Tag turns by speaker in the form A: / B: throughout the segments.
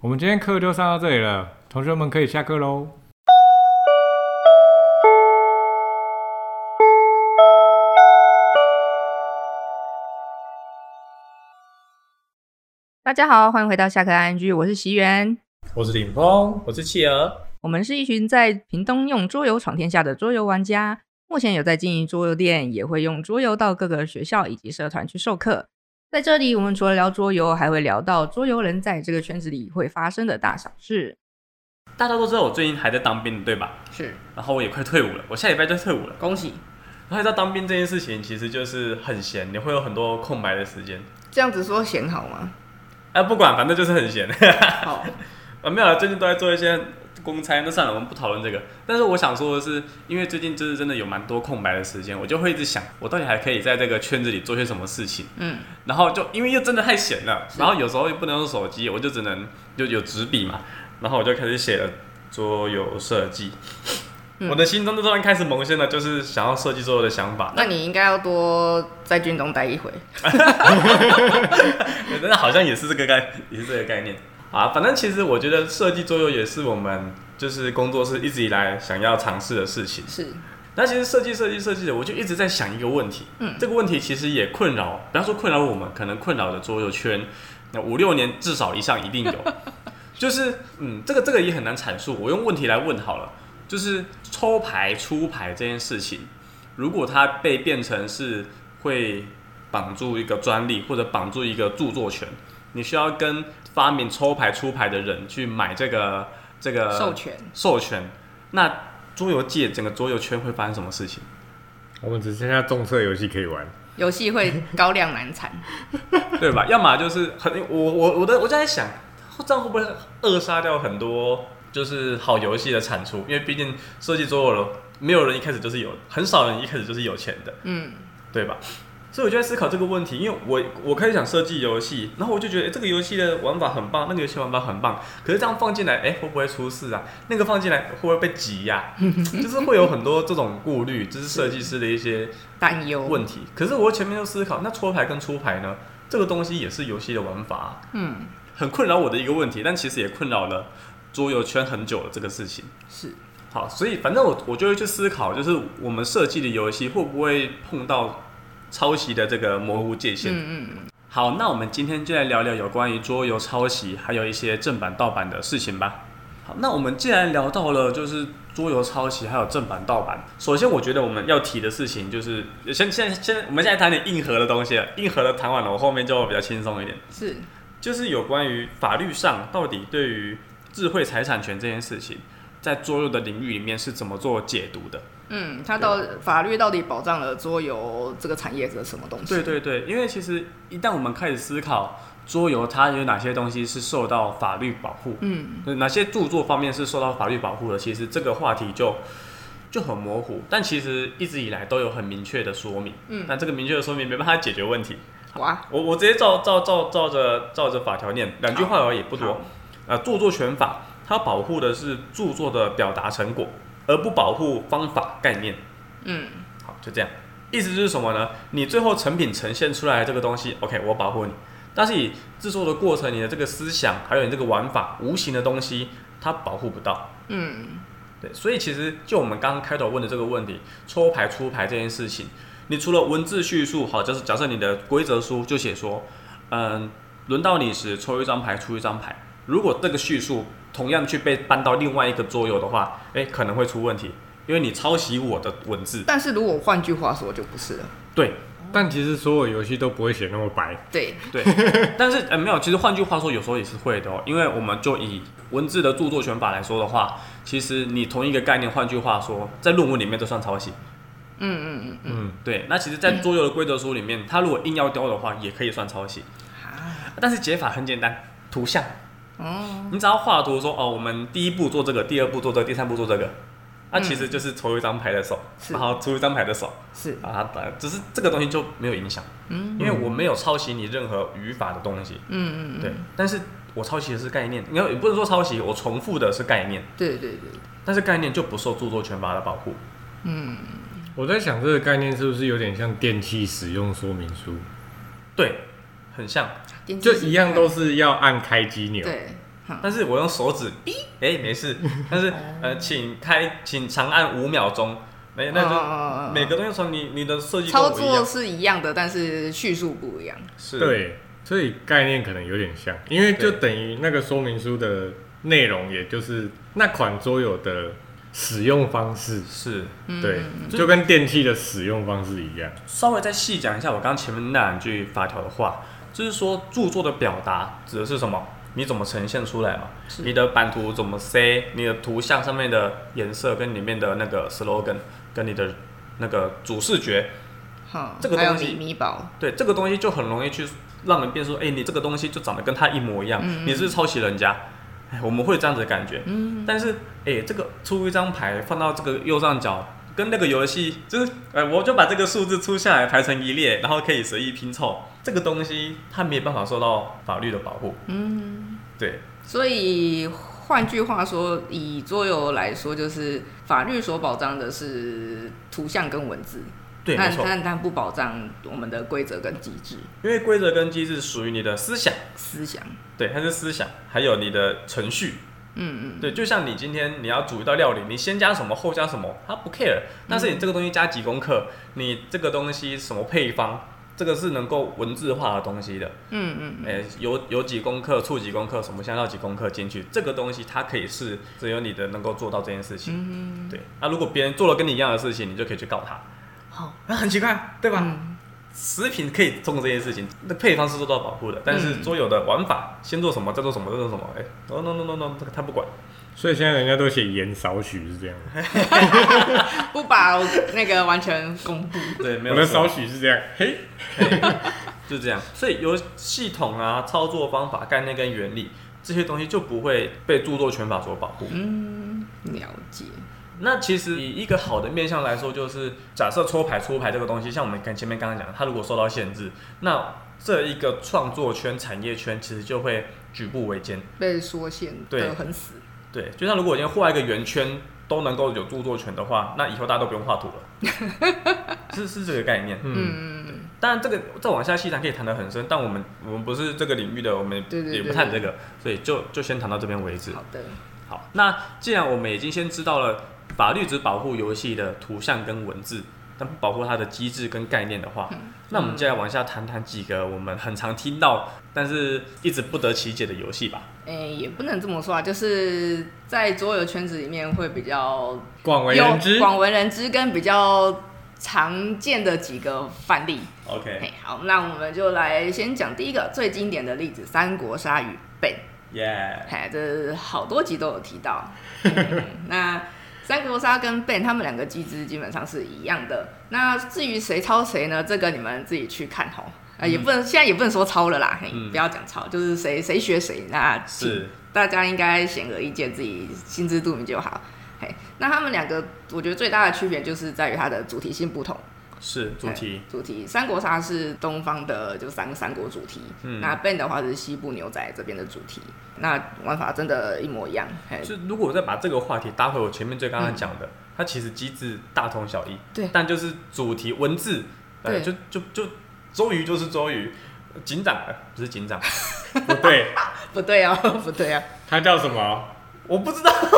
A: 我们今天课就上到这里了，同学们可以下课喽。
B: 大家好，欢迎回到下课 ING，我是席源。
C: 我是顶峰，我是企鹅。
B: 我们是一群在屏东用桌游闯天下的桌游玩家，目前有在经营桌游店，也会用桌游到各个学校以及社团去授课。在这里，我们除了聊桌游，还会聊到桌游人在这个圈子里会发生的大小事。
D: 大家都知道我最近还在当兵，对吧？
B: 是，
D: 然后我也快退伍了，我下礼拜就退伍了。
B: 恭喜！
D: 然后你知道当兵这件事情其实就是很闲，你会有很多空白的时间。
B: 这样子说显好吗？
D: 哎、不管，反正就是很闲。
B: 好，
D: 啊，没有了，最近都在做一些公差，那算了，我们不讨论这个。但是我想说的是，因为最近就是真的有蛮多空白的时间，我就会一直想，我到底还可以在这个圈子里做些什么事情。
B: 嗯，
D: 然后就因为又真的太闲了，然后有时候又不能用手机，我就只能就有纸笔嘛，然后我就开始写了桌游设计。
B: 嗯
D: 我的心中就突然开始萌生了，就是想要设计桌游的想法。
B: 你应该要多在军中待一回。
D: 对真的好像也是这个概，也是这个概念啊。反正其实我觉得设计桌游也是我们就是工作室一直以来想要尝试的事情。
B: 是，
D: 那其实设计设计设计的，我就一直在想一个问题，
B: 嗯
D: 这个问题其实也困扰，不要说困扰我们，可能困扰的桌游圈，那五六年至少以上一定有。就是嗯，这个这个也很难阐述，我用问题来问好了。就是抽牌出牌这件事情，如果它被变成是会绑住一个专利或者绑住一个著作权，你需要跟发明抽牌出牌的人去买这个这个
B: 授权
D: 授权。那桌游界整个桌游圈会发生什么事情？
A: 我们只剩下重色游戏可以玩，
B: 游戏会高量难产。
D: 对吧？ 要么就是很我我我的我就在想，这样会不会扼杀掉很多就是好游戏的产出？因为毕竟设计桌游了，没有人一开始就是有，很少人一开始就是有钱的，
B: 嗯，
D: 对吧？所以我就在思考这个问题，因为我我开始想设计游戏，然后我就觉得、诶这个游戏的玩法很棒，那个游戏玩法很棒，可是这样放进来，哎、会不会出事啊？那个放进来会不会被挤呀、 就是会有很多这种顾虑，这是设计师的一些
B: 担忧
D: 问题。可是我前面就思考，那搓牌跟出牌呢？这个东西也是游戏的玩法啊、
B: 嗯，
D: 很困扰我的一个问题，但其实也困扰了桌游圈很久了这个事情。
B: 是，
D: 好，所以反正我我就会去思考，就是我们设计的游戏会不会碰到抄袭的这个模糊界限？
B: 嗯嗯，
D: 好，那我们今天就来聊聊有关于桌游抄袭，还有一些正版盗版的事情吧。好，那我们既然聊到了就是桌游抄袭还有正版盗版，首先我觉得我们要提的事情就是，先现在现在我们现在谈点硬核的东西了，硬核的谈完了，我后面就比较轻松一点，
B: 是，
D: 就是有关于法律上到底对于智慧财产权这件事情，在桌游的领域里面是怎么做解读的？
B: 嗯，它到法律到底保障了桌游这个产业的什么东西？
D: 对对对，因为其实一旦我们开始思考桌游它有哪些东西是受到法律保护，
B: 嗯，
D: 对哪些著作方面是受到法律保护的？其实这个话题就就很模糊，但其实一直以来都有很明确的说明。
B: 嗯
D: 但这个明确的说明没办法解决问题。
B: 哇，
D: 我我直接照照照照着照着法条念，两句话而已，不多
B: 好。
D: 呃，著作权法它保护的是著作的表达成果，而不保护方法概念。
B: 嗯，
D: 好，就这样。意思就是什么呢？你最后成品呈现出来的这个东西，OK，我保护你。但是你制作的过程，你的这个思想，还有你这个玩法，无形的东西，它保护不到。
B: 嗯，
D: 对，所以其实就我们刚刚开头问的这个问题，抽牌出牌这件事情，你除了文字叙述，好，就是假设你的规则书就写说，嗯，轮到你时抽一张牌，出一张牌。如果这个叙述同样去被搬到另外一个桌游的话，诶，可能会出问题，因为你抄袭我的文字。
B: 但是如果换句话说就不是了，
D: 对，
A: 但其实所有游戏都不会写那么白。
B: 对，
D: 对，但是呃没有，其实换句话说，有时候也是会的哦，因为我们就以文字的著作权法来说的话，其实你同一个概念，换句话说，在论文里面都算抄袭。
B: 嗯嗯嗯
A: 嗯，
D: 对，那其实，在桌游的规则书里面，它如果硬要雕的话，也可以算抄袭，
B: 啊，
D: 但是解法很简单，图像，
B: 哦，
D: 你只要画图说哦，我们第一步做这个，第二步做这个，第三步做这个。那、其实就是抽一张牌的手，
B: 嗯是
D: 然后出一张牌的手，
B: 是，
D: 啊，呃只是这个东西就没有影响，
B: 嗯
D: 因为我没有抄袭你任何语法的东西。
B: 嗯嗯，
D: 对，但是我抄袭的是概念，你要也不能说抄袭，我重复的是概念，
B: 对对对，
D: 但是概念就不受著作权法的保护。
B: 嗯，
A: 我在想这个概念是不是有点像电器使用说明书，
D: 对，很像，
B: 电器
A: 就
B: 是
A: 一样都是要按开机钮，
B: 对，
D: 但是我用手指哔，哎、没事。但
E: 哦
D: 是呃，请开，请长按五秒钟，那
E: 哦
D: 那
B: 嗯嗯嗯
D: 就
B: 嗯
D: 每个东西从你你的设计跟
E: 操
D: 我一
E: 作
D: 样，
E: 是一样的，但是叙述不一样。
D: 是，
A: 对，所以概念可能有点像，因为就
D: 对
A: 等于那个说明书的内容，也就是那款桌游的使用方式，
D: 是。
A: 对，就跟电器的使用方式一样。
D: 稍微再细讲一下我刚刚前面那两句法条的话，就是说著作的表达指的是什么？你怎么呈现出来嘛？你的版图怎么塞？你的图像上面的颜色跟里面的那个 slogan 跟你的那个主视觉，
E: 哼，
D: 这个
E: 还有
D: 东西
E: 米米宝，
D: 对这个东西就很容易去让人变说，哎、你这个东西就长得跟他一模一样，你是不是抄袭人家。哎，我们会有这样子的感觉，嗯，但是哎、这个出一张牌放到这个右上角，跟那个游戏就是，哎、我就把这个数字出下来排成一列，然后可以随意拼凑，这个东西它没有办法受到法律的保护，嗯，对，
E: 所以换句话说，以桌游来说，就是法律所保障的是图像跟文字，
D: 对，没
E: 但
D: 错，
E: 但但不保障我们的规则跟机制
D: 因为规则跟机制属于你的思想，
E: 思想。
D: 对，它是思想，还有你的程序，
E: 嗯嗯，
D: 对，就像你今天你要煮一道料理，你先加什么后加什么，他不 care。但是你这个东西加几公克，你这个东西什么配方，这个是能够文字化的东西的。
E: 嗯嗯
D: 诶、有有几公克、醋几公克、什么香料几公克进去，这个东西它可以是只有你的能够做到这件事情。
E: 嗯，
D: 对，那、如果别人做了跟你一样的事情，你就可以去告他。
E: 好，
D: 那很奇怪，对吧？
E: 嗯
D: 食品可以种这件事情，那配方是受到保护的，但是
E: 嗯
D: 桌游的玩法，先做什么，再做什么，再做什么，哎、n o no no no no，这个他不管。
A: 所以现在人家都写盐少许是这样，
E: 不把那个完全公布。
D: 对，没有
A: 我的少
D: 错
A: 许是这样，嘿，
D: 就这样，所以由系统啊、操作方法、概念跟原理这些东西就不会被著作权法所保护。
E: 嗯，了解。
D: 那其实以一个好的面向来说，就是假设抽牌、出牌这个东西，像我们跟前面刚刚讲的，它如果受到限制，那这一个创作圈、产业圈其实就会举步维艰。
E: 被缩限
D: 对
E: 的很死。
D: 对，就像如果我今天画一个圆圈都能够有著作权的话，那以后大家都不用 画图了，是是这个概念。嗯，
E: 嗯，
D: 当然这个再往下细谈可以谈得很深，但我们我们不是这个领域的，我们
E: 对对对
D: 也不谈这个，所以就就先谈到这边为止。
E: 好的。
D: 好，那既然我们已经先知道了法律只保护游戏的图像跟文字，但不保护它的机制跟概念的话，
E: 嗯
D: 那我们接下来往下谈谈几个我们很常听到，但是一直不得其解的游戏吧。
E: 诶、也不能这么说啊，就是在桌游圈子里面会比较
A: 广为
E: 有
A: 人知。
E: 广为人知跟比较常见的几个范例。
D: OK，
E: 嘿，好，那我们就来先讲第一个最经典的例子——三国杀与贝。
D: 耶、
E: 嘿，这好多集都有提 到。嗯那三国杀跟贝他们两个机制基本上是一样的。那至于谁抄谁呢？这个你们自己去看吼。呃，也不能、现在也不能说抄了啦，嘿，
D: 嗯
E: 不要讲抄，就是谁谁学谁，那
D: 是
E: 大家应该显而易见，自己心知肚明就好。嘿，那他们两个，我觉得最大的区别就是在于它的主题性不同。
D: 是主题
E: 嘿，主题，三国杀是东方的，就三三国主题。
D: 嗯
E: 那 Ben 的话是西部牛仔这边的主题。那玩法真的，一模一样。嘿，
D: 就如果我再把这个话题搭回我前面最刚刚讲的，它其实机制大同小异，
E: 嗯对
D: 但就是主题文字，呃，就
E: 对
D: 就就周瑜就是周瑜，警长、呃、不是警长，
A: 不对，
E: 不对哦， 不对哦。
A: 它叫什么？
D: 我不知道，
E: 主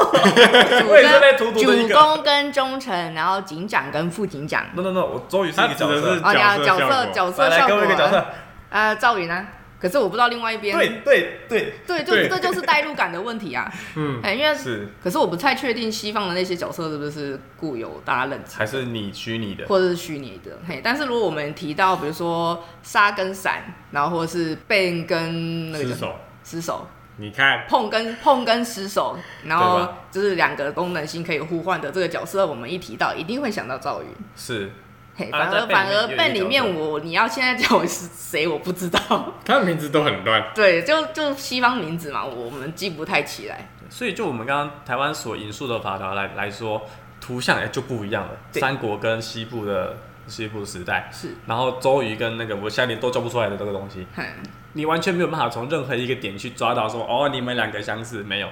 D: 我也是被荼毒的一
E: 主
D: 个
E: 公跟忠臣，然后警长跟副警长。
D: no no no，我周瑜是一
A: 他
D: 个角
A: 指的
D: 色
A: 是，
E: 哦，你要
A: 角
E: 角
A: 色
E: 色角
A: 效
E: 色啊
D: 来来
E: 效
D: 给
E: 果
D: 我一个角色，
E: 呃，赵云啊。可是我不知道另外一边。
D: 对对对，
E: 对，就
A: 对
E: 这就是代入感的问题啊。
A: 嗯，
E: 哎，因为
D: 是
E: 可是我不太确定西方的那些角色是不是固有大家认知，
D: 还是你虚拟的，
E: 或者是虚拟的。嘿，但是如果我们提到比如说杀跟闪，然后或者是贝跟那个
A: 失
E: 叫什么
A: 手，
E: 失手
A: 你看，
E: 碰跟碰跟失手，然
D: 对
E: 后
D: 吧
E: 就是两个功能性可以互换的这个角色，我们一提到一定会想到赵云。
D: 是
E: 嘿，
D: 啊
E: 反
D: 在
E: 而
D: 贝
E: 反
D: 里面
E: 而
D: 有一
E: 贝里面
D: 个角色
E: 我你要现在叫我是谁，我不知道。
A: 它的名字都很乱。
E: 对，就就西方名字嘛，我们记不太起来。
D: 所以就我们刚刚台湾所引述的法条来来说，图像哎就不一样了。
E: 对
D: 三国跟西部的西部时代，
E: 是，
D: 然后周瑜跟那个我下联都叫不出来的这个东西，
E: 嘿，
D: 你完全没有办法从任何一个点去抓到说哦你们两个相似没有。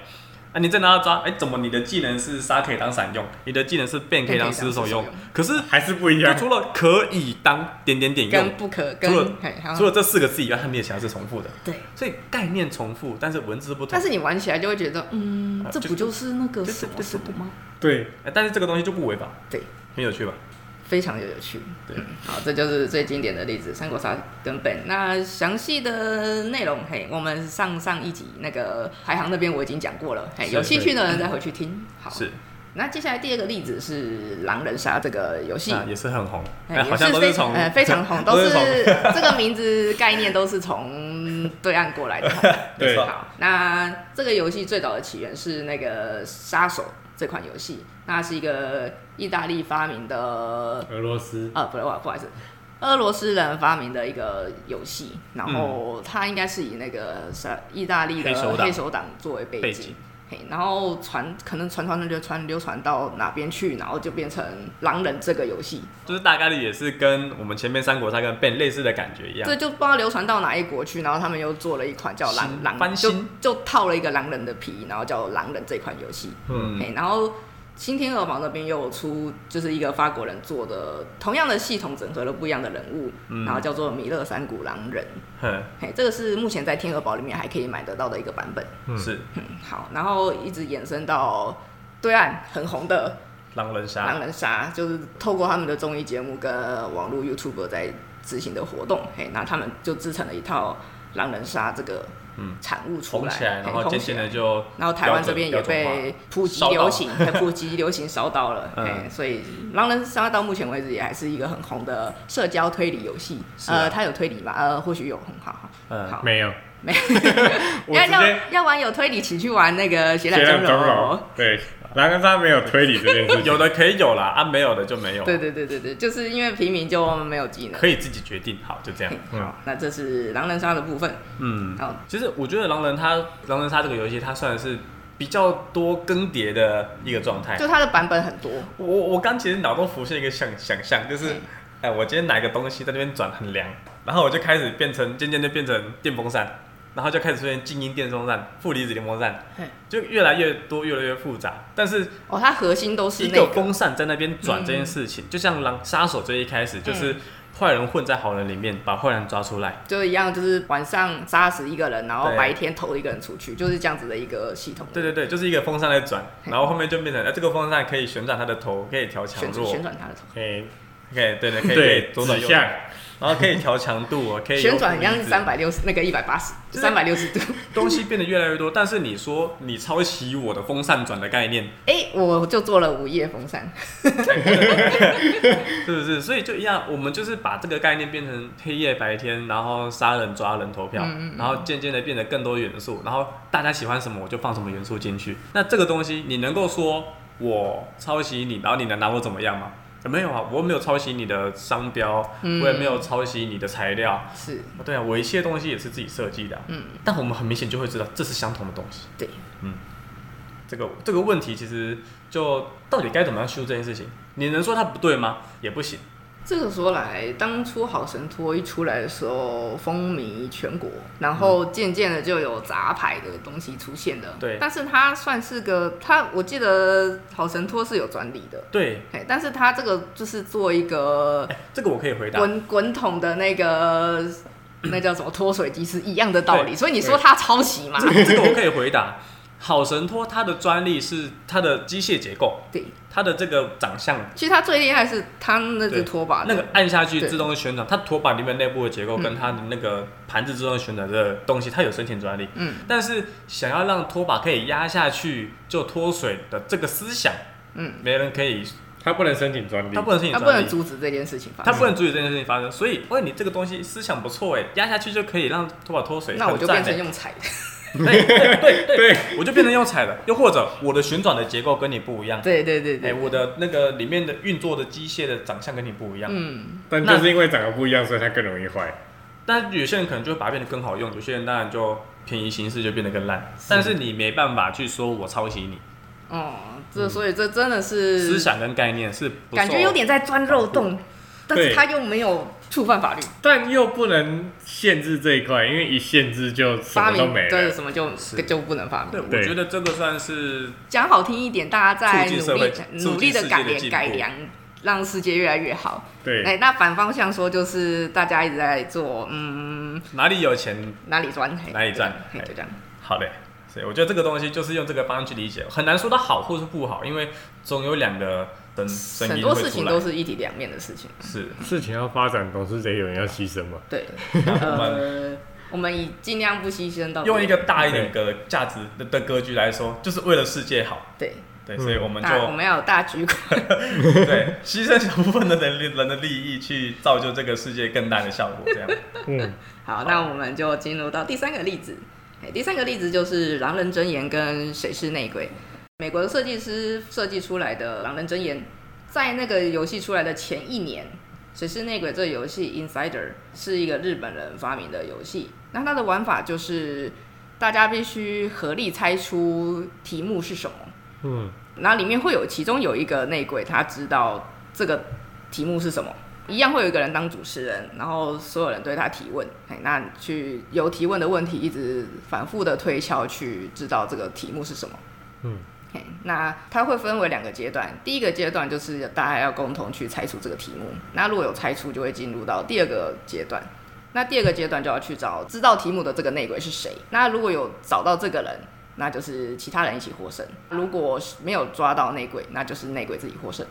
D: 啊，你再拿到抓，哎、怎么你的技能是杀可以当闪用，你的技能是变可以当失手用
E: 变可以当失手用，
D: 可是
A: 还是不一
D: 它
A: 样。
D: 除了可以当点点点用
E: 跟，不可
D: 除了
E: 跟嘿好
D: 除了这四个字以外，它没有其他是重复的，
E: 对，
D: 所以概念重复，但是文字不同。
E: 但是你玩起来就会觉得，嗯
D: 啊，
E: 这
D: 就
E: 不就是那个
D: 对
E: 什么
D: 对
E: 什么吗？
A: 对，
D: 哎但是这个东西就不违法，
E: 对，
D: 很有趣吧？
E: 非常有有趣。
D: 对
E: 嗯，好，这就是最经典的例子《三国杀》跟 Ben。那详细的内容，嘿，我们上上一集那个排行那边我已经讲过了，嘿，
D: 是
E: 有兴趣的人再回去听。好，
D: 是，
E: 那接下来第二个例子是狼人杀这个游戏，
D: 啊，也是很红，
E: 哎
D: 哎，好像都
E: 也非
D: 是从
E: 呃非常红，都
D: 都
E: 是
D: 是从
E: 这个名字概念都是从对岸过 来的。
A: 对
E: 没错好，那这个游戏最早的起源是那个《杀手》这款游戏，那是一个意大利发明的
A: 俄罗斯
E: 啊，不，不好意思，俄罗斯人发明的一个游戏，然后它应该是以那个是意大利的
D: 嗯黑手党
E: 黑手党作为背
D: 背
E: 景
D: 景。
E: 嘿，然后传可能传传流传流传到哪边去，然后就变成狼人这个游戏，
D: 就是大概率也是跟我们前面三国杀跟 Ben 类似的感觉一样
E: 这，就不知道流传到哪一国去，然后他们又做了一款叫狼
D: 新
E: 狼，
D: 翻
E: 就
D: 新
E: 就套了一个狼人的皮，然后叫狼人这款游戏。
D: 嗯
E: 嘿，然后新天鹅堡那边又有出就是一个法国人做的同样的系统，整合了不一样的人物，
D: 嗯
E: 然后叫做米勒山谷狼人。
D: 哼，
E: 嘿，这个是目前在天鹅堡里面还可以买得到的一个版本。
A: 嗯
D: 是
E: 嗯，好，然后一直延伸到对岸很红的
D: 狼人
E: 狼
D: 杀，
E: 人杀，就是透过他们的综艺节目跟网络 YouTube 在执行的活动，嘿，那他们就制成了一套狼人杀这个
D: 嗯
E: 产物出
D: 红
E: 来，
D: 起来，然
E: 嘿
D: 后
E: 红
D: 渐
E: 起
D: 渐
E: 来
D: 的就
E: 然后台湾这边也
D: 标准标准化
E: 被普及
D: 烧到
E: 流 行，嘿普及流行烧到了，
D: 嗯
E: 哎，所以狼人杀到目前为止也还是一个很红的社交推理游戏。
D: 是啊
E: 呃，它有推理吧？呃，或许有，很好好。
D: 嗯
E: 好，
A: 没有，
E: 没
A: 我
E: 要
A: 直
E: 要
A: 接
E: 要玩有推理，请去玩那个血
A: 血
E: 染哦
A: 染
E: 钟
A: 整
E: 楼
A: 容。。对，狼人杀没有推理这件事情，
D: 有的可以有啦，啊，没有的就没有，
E: 对对对对对，就是因为平民就没有技能
D: 可。以自己决定，好，就这样
E: 嘿。
A: 嗯
E: 那这是狼人杀的部分。
D: 嗯，
E: 好，
D: 其实我觉得狼人他狼人杀这个游戏，它算是比较多更迭的一个状态。
E: 就它的版本很多，
D: 我我刚其实脑中浮现一个想想象，就是
E: 嗯
D: 哎，我今天拿一个东西在那边转很凉，然后我就开始变成渐渐就变成电风扇，然后就开始出现静音电风扇、负离子电风扇
E: 嘿，
D: 就越来越多，越来越复杂。但是
E: 哦，它核心都是
D: 一
E: 那
D: 个嗯
E: 个。
D: 风扇在那边转这件事情，就像狼杀手最一开始就是坏人混在好人里面，把坏人抓出来。
E: 就一样，就是晚上杀死一个人，然后
D: 对
E: 白天投一个人出去，就是这样子的一个系统。
D: 对对对，就是一个风扇在转，然后后面就变成，哎、这个风扇可以旋转它的头，可以调强
E: 旋
D: 弱
E: 旋转他的头，
A: 哎，
D: ，OK，对对，可以可以
A: 对，
D: 左转
A: 指
D: 右
A: 向
D: 转，然后可以调强 度，哦可以
E: 旋转很
D: 哎有
E: 像
D: 椅
E: 是
D: 子
E: 三百六十那个一百八十
D: 就是
E: 三百六十度。
D: 东西变得越来越多，但是你说你抄袭我的风扇转的概念，
E: 哎、我就做了午夜风扇，
D: 是不是？所以就一样，我们就是把这个概念变成黑夜白天，然后杀人抓人投票，
E: 嗯嗯嗯
D: 然后渐渐的变得更多元素，然后大家喜欢什么我就放什么元素进去。那这个东西你能够说我抄袭你，然后你能拿我怎么样吗？没有啊，我没有抄袭你的商标，
E: 嗯
D: 我也没有抄袭你的材料。
E: 是
D: 对啊，我一切东西也是自己设计的啊、
E: 嗯
D: 但我们很明显就会知道这是相同的东西。
E: 对，
D: 这个这个问题其实就到底该怎么样修这件事情，你能说它不对吗？也不行。
E: 这个说来，当初《好神托》一出来的时候，风靡全国，然后渐渐的就有杂牌的东西出现了。
D: 嗯对
E: 但是它算是个，它我记得《好神托》是有专利的，
D: 对，
E: 嘿，但是它这个就是做一个
D: 哎，这个我可以回答。
E: 滚滚筒的那个。那叫什么脱水机是一样的道理，
D: 对
E: 所以你说它抄袭嘛？
D: 这个我可以回答。好神托它的专利是它的机械结构，
E: 对，
D: 它的这个长相，
E: 其实它最厉害是它那只
D: 对
E: 拖把的
D: 那个按下去
E: 对
D: 自动旋转，它托板里面内部的结构
E: 嗯
D: 跟它的那个盘子自动旋转的东西，它有申请专利。
E: 嗯，
D: 但是想要让拖把可以压下去就脱水的这个思想，
E: 嗯，
D: 没人可以，
A: 他不能申请专利
D: 它，不能申
E: 他
D: 请
E: 不
D: 专
E: 能
D: 利，
E: 阻止这件事情发
D: 他
E: 生。
D: 不能阻止这件事情发生，所以哎喂，你这个东西思想不错哎，压下去就可以让拖把脱水，
E: 那我就
D: 很
E: 变
D: 赞
E: 成
D: 哎
E: 用踩的，
A: 对，
D: 我就变成用踩的，又或者我的旋转的结构跟你不一样，
E: 对对对
D: 哎，
E: 对，
D: 我的那个里面的运作的机械的长相跟你不一样，
E: 嗯，
A: 但
D: 那
A: 就是因为长得不一样，所以它更容易坏。
D: 但有些人可能就会把它变得更好用，有些人当然就便宜行事就变得更烂，但是你没办法去说我抄袭你，
E: 哦，这所以这真的是
D: 嗯思想跟概念是不
E: 感觉
D: 受
E: 有点在钻漏洞，但是
A: 对
E: 他又没有触犯法律，
A: 但又不能限制这一块，因为一限制就什
E: 发
A: 么都
E: 明
A: 没
E: 对
A: 了。
E: 什么就是就不能发明。
D: 对，我
A: 对
D: 觉得这个算是
E: 讲好听一点，大家在
D: 促进
E: 努
D: 社
E: 力
D: 会
E: 努力
D: 促进
E: 的
D: 世界的
E: 改
D: 进
E: 变
D: 步
E: 改良，让世界越来越好。
A: 对
E: 哎，那反方向说就是大家一直在做，嗯，
D: 哪里有钱
E: 哪里钻，嘿
D: 哪里钻
E: 就这样嘿就这样。
D: 好嘞，所以我觉得这个东西就是用这个方式去理解，很难说它好或是不好，因为总有两个声声
E: 很
D: 音
E: 多
D: 会
E: 事
D: 出
E: 情
D: 来。
E: 都是一体两面的事情。
D: 是
A: 事情要发展，总是得有人要牺牲嘛。
E: 对，
D: 我
E: 呃，我们以尽量不牺牲到
D: 用一个大一点的价值的的格局来说，就是为了世界好。
E: 对
D: 对，
A: 嗯
D: 所以我们就、
E: 大，我们要有大局观。
D: 对牺牲小部分的人力人的利益，去造就这个世界更大的效果。这样
A: 嗯，
E: 好，那我们就进入到第三个例子。哎第三个例子就是狼人箴言跟谁是内鬼。美国的设计师设计出来的狼人箴言，在那个游戏出来的前一年，《谁是内鬼》这个游戏 Insider 是一个日本人发明的游戏。那它的玩法就是大家必须合力猜出题目是什么，
A: 嗯，
E: 然后里面会有其中有一个内鬼，他知道这个题目是什么，一样会有一个人当主持人，然后所有人对他提问，哎，那你去由提问的问题一直反复的推敲，去知道这个题目是什么。
A: 嗯
E: 嘿，那它会分为两个阶段，第一个阶段就是大家要共同去猜出这个题目，那如果有猜出，就会进入到第二个阶段。那第二个阶段就要去找知道题目的这个内鬼是谁。那如果有找到这个人，那就是其他人一起获胜；如果没有抓到内鬼，那就是内鬼自己获胜。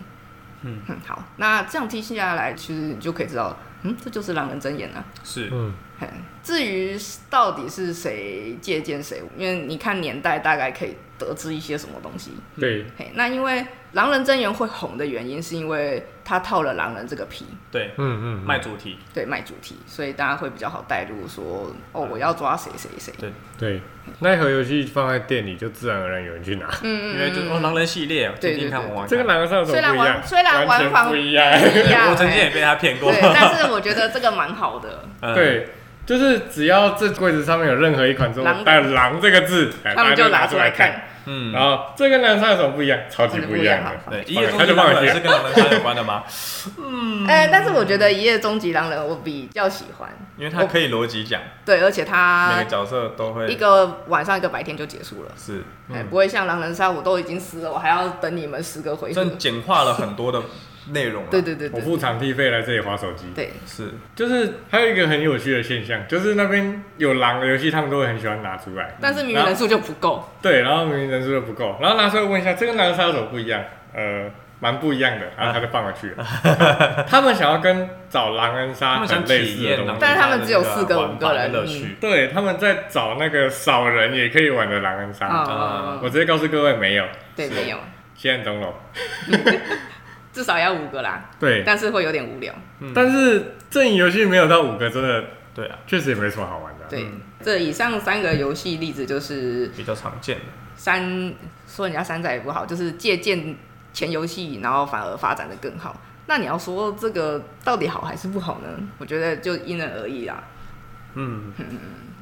D: 嗯
E: 嗯，好，那这样听下来，其实你就可以知道，嗯，这就是狼人睁眼啊。
D: 是
A: 嗯，
E: 嘿至于到底是谁借鉴谁，因为你看年代大概可以得知一些什么东西。
A: 对，
E: 嘿，那因为狼人真言会红的原因，是因为它套了狼人这个皮，
D: 对
A: 嗯嗯，
D: 卖主题，
E: 对卖主题，所以大家会比较好带入说，哦，我要抓谁谁谁。
A: 对，那一盒游戏放在店里，就自然而然有人去拿。
D: 因为就是哦狼人系列，
E: 嗯对
D: 听听看我玩看
A: 这个狼人杀有什么
E: 虽然
A: 不一
E: 玩
A: 样？
E: 虽然
A: 完
E: 玩
A: 全
E: 法
A: 不一样。
E: 一样，
D: 我曾经
E: 嘿
D: 也被他骗过。
E: 对，但是我觉得这个蛮好的，
D: 嗯，
A: 对，就是只要这柜子上面有任何一款中
E: 狼
A: 文带“狼”这个字，哎
E: 他
A: 大
E: 们
A: 家
E: 就
A: 就
E: 拿出
A: 出
E: 来
A: 来
E: 看。
D: 嗯，
A: 然后这跟狼人杀有什么不一样？超级不一样
E: 真的
A: 的。
D: 对，一
A: 放
D: 夜
A: 了
D: 中
A: 他就
D: 心
A: 放
D: 狼
A: 了
D: 人
A: 去
D: 是。跟狼人杀有关的 吗？
E: 哎，但是我觉得《一夜终极狼人》我比较喜欢，
D: 因为它可以逻辑讲，
E: 对，而且
D: 每
E: 它
D: 个角色都会
E: 一个晚上一个白天就结束了。
D: 是
E: 哎，不会像狼人杀，我都已经死了，我还要等你们十个回合。
D: 算简化了很多的内容了。啊
E: 对对对
A: 我
E: 对
A: 付场地费来这里划手机。
E: 对，
D: 是
A: 就是还有一个很有趣的现象，就是那边有狼的游戏，他们都会很喜欢拿出来。
E: 但是明明人数就不够，
A: 对，然后明明人数又不够，然后拿出来问一下，这跟狼人杀有什么不一样？呃，蛮不一样的，
D: 啊
A: 然后他就放回去了。 他们想要跟找狼人
D: 他
A: 杀
D: 们
A: 啊很
D: 想
A: 类
D: 体
A: 似的
D: 验
A: 东
D: 狼人
A: 西
D: 杀，
E: 但是他们只有四个
D: 的玩法
E: 五个人
D: 的乐趣。
A: 对，他们在找那个少人也可以玩的狼人杀。
E: 啊
A: 我，直接告诉各位，没有，
E: 对，没有，
A: 西安钟楼。
E: 至少要五个啦，
A: 对，
E: 但是会有点无聊。
D: 嗯
A: 但是阵营游戏没有到五个，真的
E: 嗯
D: 对啊，
A: 确实也没什么好玩的啊。
E: 对，这以上三个游戏例子就是
D: 比较常见的。
E: 山说人家山寨也不好，就是借鉴前游戏，然后反而发展的更好。那你要说这个到底好还是不好呢？我觉得就因人而异啦。
D: 嗯，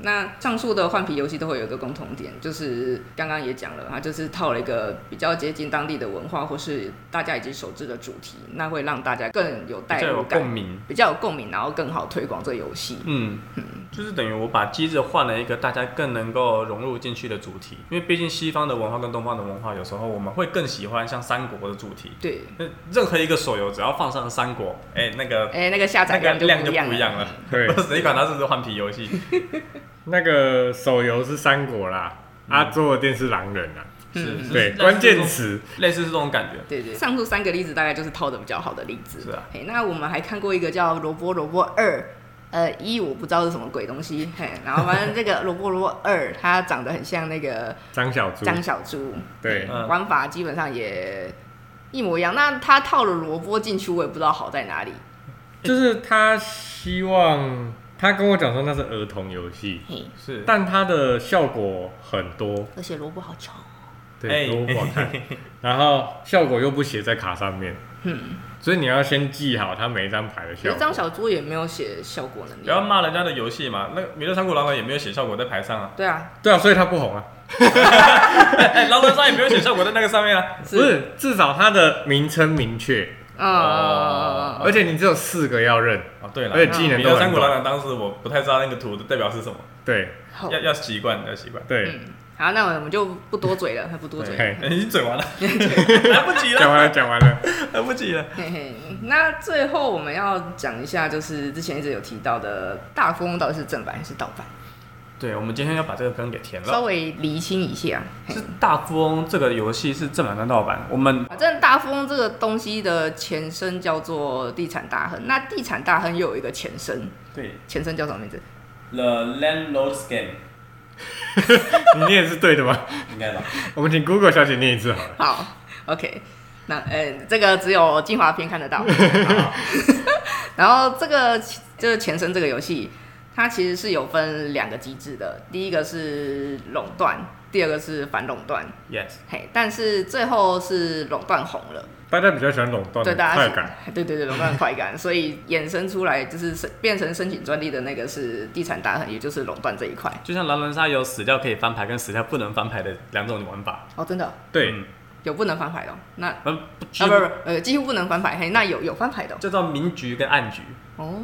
E: 那上述的换皮游戏都会有一个共同点，就是刚刚也讲了，它就是套了一个比较接近当地的文化或是大家已经熟知的主题，那会让大家更有
D: 比
E: 代
D: 较有
E: 入
D: 共
E: 感，
D: 鸣。
E: 比较有共鸣，然后更好推广这个游 戏。
D: 嗯，就是等于我把机制换了一个大家更能够融入进去的主题，因为毕竟西方的文化跟东方的文化，有时候我们会更喜欢像三国的主题。
E: 对，
D: 那任何一个手游只要放上三国，哎、那个
E: 哎、那个下载
D: 那个
E: 就
D: 量
E: 不
D: 就
E: 一样
D: 不一样了。
A: 对，
D: 谁管它是不是换皮游戏？
A: 那个手游是三国啦，啊，做的店是狼人啊。
D: 是，
E: 嗯
D: 嗯是
A: 对，
D: 类似
A: 关
D: 这
A: 键
D: 种
A: 词
D: 类似是这种感觉。
E: 对对，上述三个例子大概就是套的比较好的例子。
D: 是啊
E: 嘿，那我们还看过一个叫《萝卜萝卜二》，呃，一我不知道是什么鬼东西，嘿，然后反正这个《萝卜萝卜二》它长得很像那个
A: 张小猪，
E: 张小猪，
A: 对，
D: 嗯
E: 玩法基本上也一模一样。那它套了萝卜进去，我也不知道好在哪里。
A: 就是他希望他跟我讲说那是儿童游戏，
E: 嘿，
D: 是，
A: 但它的效果很多，
E: 而且萝卜好丑，
A: 对，
D: 哎
A: 都不好看， 然后效果又不写在卡上面，
E: 嗯，
A: 所以你要先记好它每一张牌的
E: 其
A: 效
E: 实张
A: 果。
E: 小猪也没有写效果能
D: 不要
E: 力。
D: 骂人家的游戏嘛。那个《米勒三国狼人》也没有写效果在牌上啊，
E: 对啊，
A: 对啊，所以它不红啊。
D: 哎、狼人杀也没有写效果在那个上面啊。
E: 是
A: 不是，至少它的名称明确，
E: 嗯，
A: 而且你只有四个要认，
C: 哦，对了，
A: 而且技能
C: 比
A: 都
C: 较
A: 很
C: 三国
A: 短
C: 狼狼当时我不太知道那个图代表是什么，
A: 对
E: 好
C: 要，要习惯，要习惯。
A: 对，
E: 嗯，好，那我们就不多嘴了，不多嘴了。
A: 嘿，
C: 哎已经嘴完 了， 来不及
A: 讲
C: 了，
A: 完了讲完了，
C: 来不及了。
E: 嘿嘿，那最后我们要讲一下，就是之前一直有提到的大富翁到底是正版还是盗版，
D: 对，我们今天要把这个坑给填
E: 稍
D: 了。
E: 微厘清一下。嘿
D: 是大富翁这个游戏是正版跟盗版，我们
E: 反正大富翁这个东西的前身叫做地产大亨，那地产大亨又有一个前身，
D: 对
E: 前身叫什么名字？
D: The Landlord's Game
A: 你念是对的吗？
D: 应该吧？
A: 我们请 Google 小姐念一次好了。
E: 好，OK，那呃，这个只有精华篇看得到。 然后这个就是前身这个游戏，它其实是有分两个机制的，第一个是垄断，第二个是反垄断。
D: Yes，
E: 嘿，但是最后是垄断红了，
A: 大家比较喜欢垄断
E: 对
A: 的
E: 大家
A: 快
E: 是
A: 感，，
E: 对对对，垄断快感，所以衍生出来就是申变成申请专利的那个是地产大亨，也就是垄断这一块。
D: 就像狼人杀有死掉可以翻牌跟死掉不能翻牌的两种玩法。
E: 哦，真的
A: 对，
D: 嗯，
E: 有不能翻牌的哦、那啊
D: 嗯，不
E: 不不，呃，几乎不能翻牌，嘿，那有有翻牌的哦、
D: 叫做明局跟暗局，
E: 哦，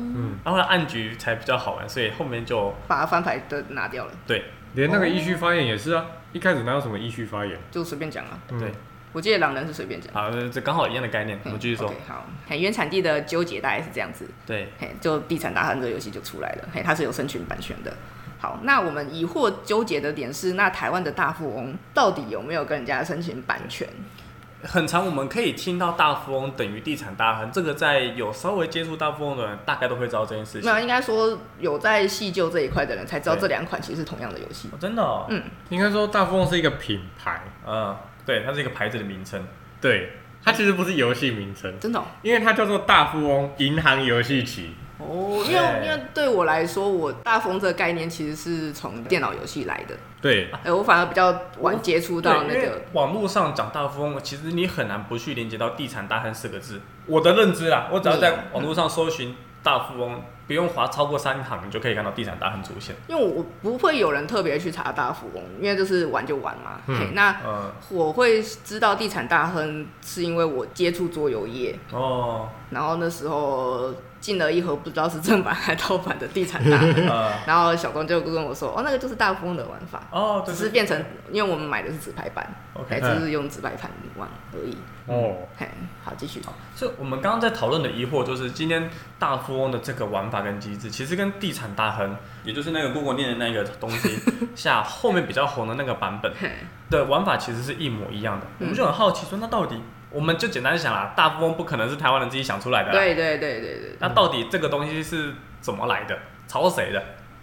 D: 然后暗局才比较好玩，所以后面就
E: 把翻牌的拿掉了，
D: 对
A: 连那个依序发言也是啊，一开始哪有什么依序发言？
E: 就随便讲了。
A: 嗯
D: 对，
E: 我记得狼人是随便讲。
D: 好，啊这刚好一样的概念，我们继续说
E: o。k 好，嘿，原产地的纠结大概是这样子。
D: 对，
E: 嘿，就《地产大亨》这个游戏就出来了，嘿，它是有申请版权的。好，那我们疑惑纠结的点是，那台湾的大富翁到底有没有跟人家申请版权？
D: 很长，我们可以听到大富翁等于地产大亨，这个在有稍微接触大富翁的人，大概都会知道这件事
E: 没
D: 情。
E: 有，应该说有在细究这一块的人才知道
D: 对
E: 这两款其实是同样的游戏。
D: 哦真的、哦，
E: 嗯，
A: 应该说大富翁是一个品牌，
C: 嗯，对，它是一个牌子的名称。
A: 对，它其实不是游戏名称，
E: 真的哦，
A: 因为它叫做大富翁银行游戏棋。
E: 哦因为因为对我来说，我大富翁这个概念其实是从电脑游戏来的，
A: 对，
E: 哎、我反而比较晚接触到那
D: 哦对因
E: 个
D: 为网络上讲大富翁，其实你很难不去连接到地产大亨四个字。
C: 我的认知啦，
D: 我
C: 我
D: 只要在网络上搜寻大富翁，不用划超过三行，你就可以看到地产大亨出现。
E: 因为我不会有人特别去查大富翁，因为就是玩就玩嘛。
A: 嗯
E: 嘿，
D: 哦
E: 那
C: 嗯，
E: 我会知道地产大亨是因为我接触桌游业，
C: 哦，
E: 然后那时候进了一盒不知道是正版还是盗版的地产大亨，
D: 嗯
C: 呃，
E: 然后小东就跟我说，哦，那个就是大富翁的玩法，
C: 哦，
E: 只
C: 对
E: 是
C: 对
E: 变成因为我们买的是纸牌版，哎，
C: ，OK。
E: 只是用纸牌盘玩而已。
A: 哦，
E: 嘿，好，继续。
D: 所以我们刚刚在讨论的疑惑就是，今天大富翁的这个玩法跟机制，其实跟地产大亨，也就是那个 Google 念的那个 东西下后面比较红的那个版本
E: 嘿，嗯
D: 的玩法，其实是一模一样的。我们就很好奇说，那到底我们就简单想啦，大富翁不可能是台湾人自己想出来的啦，啊
E: 对对对对对，
D: 那到底这个东西是怎么来的，抄谁的？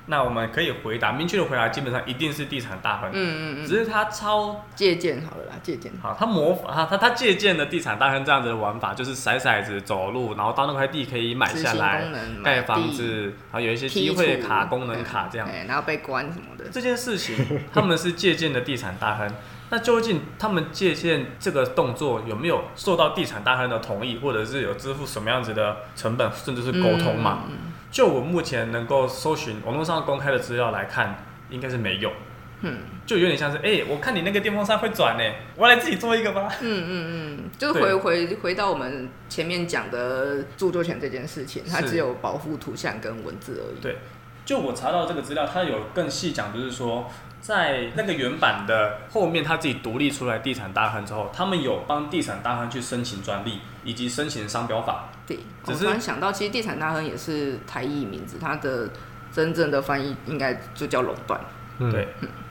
D: 那我们可以回答，明确的回答基本上一定是地产大亨，
E: 嗯嗯嗯，
D: 只是他抄
E: 借鉴好了啦，借鉴。
D: 好，他模仿他他他借鉴的地产大亨这样子的玩法，就是甩骰子走路，然后到那块地可以买
E: 执
D: 下
E: 行
D: 来
E: 功能
D: 盖
E: 买
D: 房
E: 地，
D: 子，然后有一些
E: 剔
D: 机会
E: 除
D: 卡、功能卡这样。
E: 哎，然后被关什么的。
D: 这件事情他们是借鉴的地产大亨， 那究竟他们借鉴这个动作有没有受到地产大亨的同意，或者是有支付什么样子的成本，甚至是沟通嘛？
E: 嗯
D: 就我目前能够搜寻网络上公开的资料来看，应该是没有。
E: 嗯
D: 就有点像是，哎、我看你那个电风扇会转呢、我来自己做一个吧。
E: 嗯嗯嗯，就是回
D: 对
E: 回回到我们前面讲的著作权这件事情，它
D: 是
E: 只有保护图像跟文字而已。
D: 对就我查到这个资料，它有更细讲，就是说，在那个原版的后面，他自己独立出来地产大亨之后，他们有帮地产大亨去申请专利，以及申请商标法。
E: 对，我
D: 只是
E: 突然想到，其实地产大亨也是台译名字，它的真正的翻译应该就叫垄断。
A: 嗯
D: 对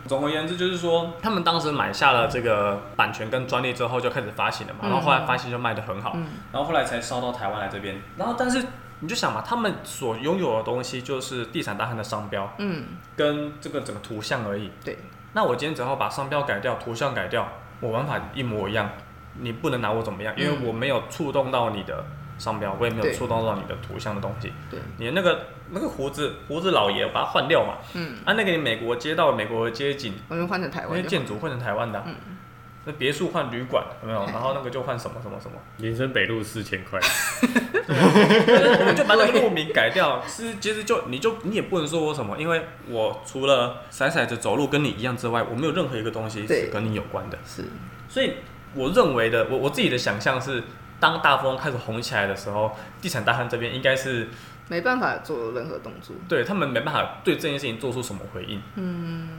D: 总而言之，就是说，他们当时买下了这个版权跟专利之后，就开始发行了嘛，
E: 嗯
D: 然后后来发行就卖得很好，
E: 嗯
D: 然后后来才烧到台湾来这边。然后，但是你就想嘛，他们所拥有的东西就是地产大亨的商标
E: 嗯，
D: 跟这个整个图像而已。
E: 对，
D: 那我今天只要把商标改掉，图像改掉，我玩法一模一样，你不能拿我怎么样，因为我没有触动到你的商标，我也没有
E: 对
D: 触动到你的图像的东西。
E: 对，
D: 你的那个那个胡子胡子老爷把它换掉嘛，
E: 嗯，
D: 啊，那个你美国街道、美国的街景，
E: 我们换成台
D: 那些
E: 湾就好。
D: 建筑换成台湾的、啊
E: 嗯，
D: 那别墅换旅馆有没有？
E: 嗯
D: 然后那个就换什么什么什么，
A: 林森北路四千块，
D: 我就把那个路名改掉。其实其实就你就你也不能说我什么，因为我除了甩骰子走路跟你一样之外，我没有任何一个东西
E: 对
D: 是跟你有关的。
E: 是，
D: 所以我认为的，我我自己的想象是，
C: 当大富翁开始红起来的时候，地产大亨这边应该是
E: 没办法做任何动作。
C: 对他们没办法对这件事情做出什么回应。
E: 嗯，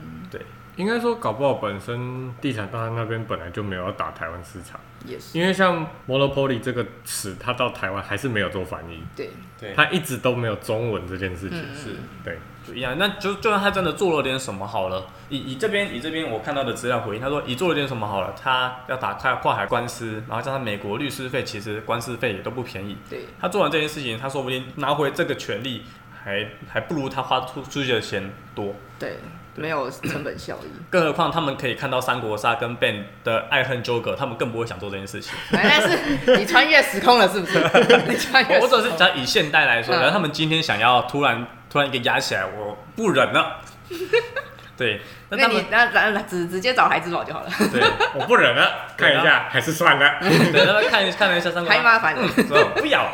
A: 应该说，搞不好本身地产大亨那边本来就没有要打台湾市场，
E: 也是，
A: 因为像 monopoly 这个词，它到台湾还是没有做翻译，
E: 对，
D: 对
A: 它一直都没有中文这件事情。
E: 嗯
A: 是，对，
D: 就一样。那就就算他真的做了点什么好了，以以这边以这边我看到的资料回应，他说以做了点什么好了，他要打他跨海官司，然后加上美国律师费，其实官司费也都不便宜。
E: 对，
D: 他做完这件事情，他说不定拿回这个权利，还还不如他花出出去的钱多。
E: 对，没有成本效益。
D: 更何况他们可以看到三国杀跟 Ben 的爱恨纠葛，他们更不会想做这 件事情。
E: 哎但是你穿越时空了，是不 是？你穿越
D: 我
E: 时
D: 我只
E: 空，
D: 是讲以现代来说，
E: 嗯
D: 然后他们今天想要突然突然一个压起来，我不 忍了。对，那
E: 那
D: 他
E: 你
D: 们
E: 那咱直直接找孩之宝就好了，
D: 对
A: 我哦不忍了，看一下还是算了。
D: 对，他们看看了一下三国
E: 太
D: 杀，
E: 麻烦了。
D: 说不 要，啊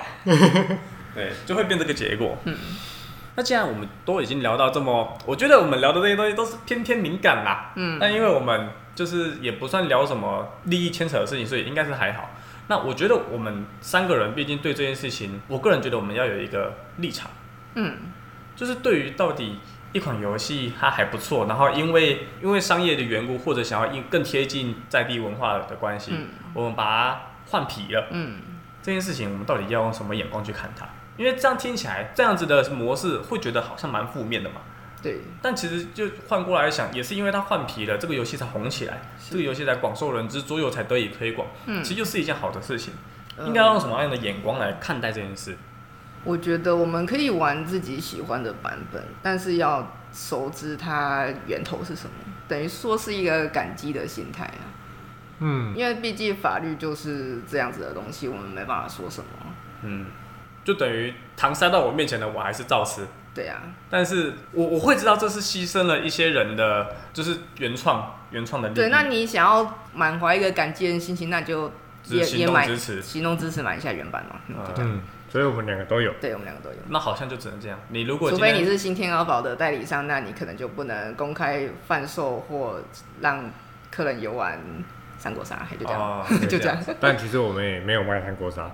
D: 对，就会变这个结果。嗯，那既然我们都已经聊到这么，我觉得我们聊的这些东西都是偏偏敏感啦。
E: 嗯，
D: 但因为我们就是也不算聊什么利益牵扯的事情，所以应该是还好。那我觉得我们三个人毕竟对这件事情，我个人觉得我们要有一个立场，
E: 嗯，
D: 就是对于到底一款游戏它还不错，然后因为因为商业的缘故，或者想要更贴近在地文化的关系，
E: 嗯
D: 我们把它换皮了。
E: 嗯，
D: 这件事情我们到底要用什么眼光去看它？因为这样听起来，这样子的模式会觉得好像蛮负面的嘛。
E: 对，
D: 但其实就换过来想，也是因为它换皮了，这个游戏才红起来，这个游戏才广受人知，桌游才得以推广。
E: 嗯
D: 其实就是一件好的事情。
E: 呃
D: 应该要用什么样的眼光来看待这件事？
E: 我觉得我们可以玩自己喜欢的版本，但是要熟知它源头是什么，等于说是一个感激的心态啊。
A: 嗯，
E: 因为毕竟法律就是这样子的东西，我们没办法说什么。
D: 嗯，就等于糖塞到我面前的，我还是照吃。
E: 对啊，
D: 但是我我会知道这是牺牲了一些人的，就是原创原创的利益。
E: 对，那你想要满怀一个感激的心情，那就
D: 只
E: 也
D: 行
E: 也
D: 动
E: 买
D: 支持
E: 行动支持买一下原版嘛。嗯，就这样。
A: 嗯，所以我们两个都有。
E: 对我们两个都有，
D: 那好像就只能这样。你如果
E: 除
D: 今
E: 非
D: 天哦
E: 你是新天鹅堡的代理商，那你可能就不能公开贩售或让客人游玩三国杀，就这样。
D: 哦
E: 就这样。
A: 但其实我们也没有卖韩国沙，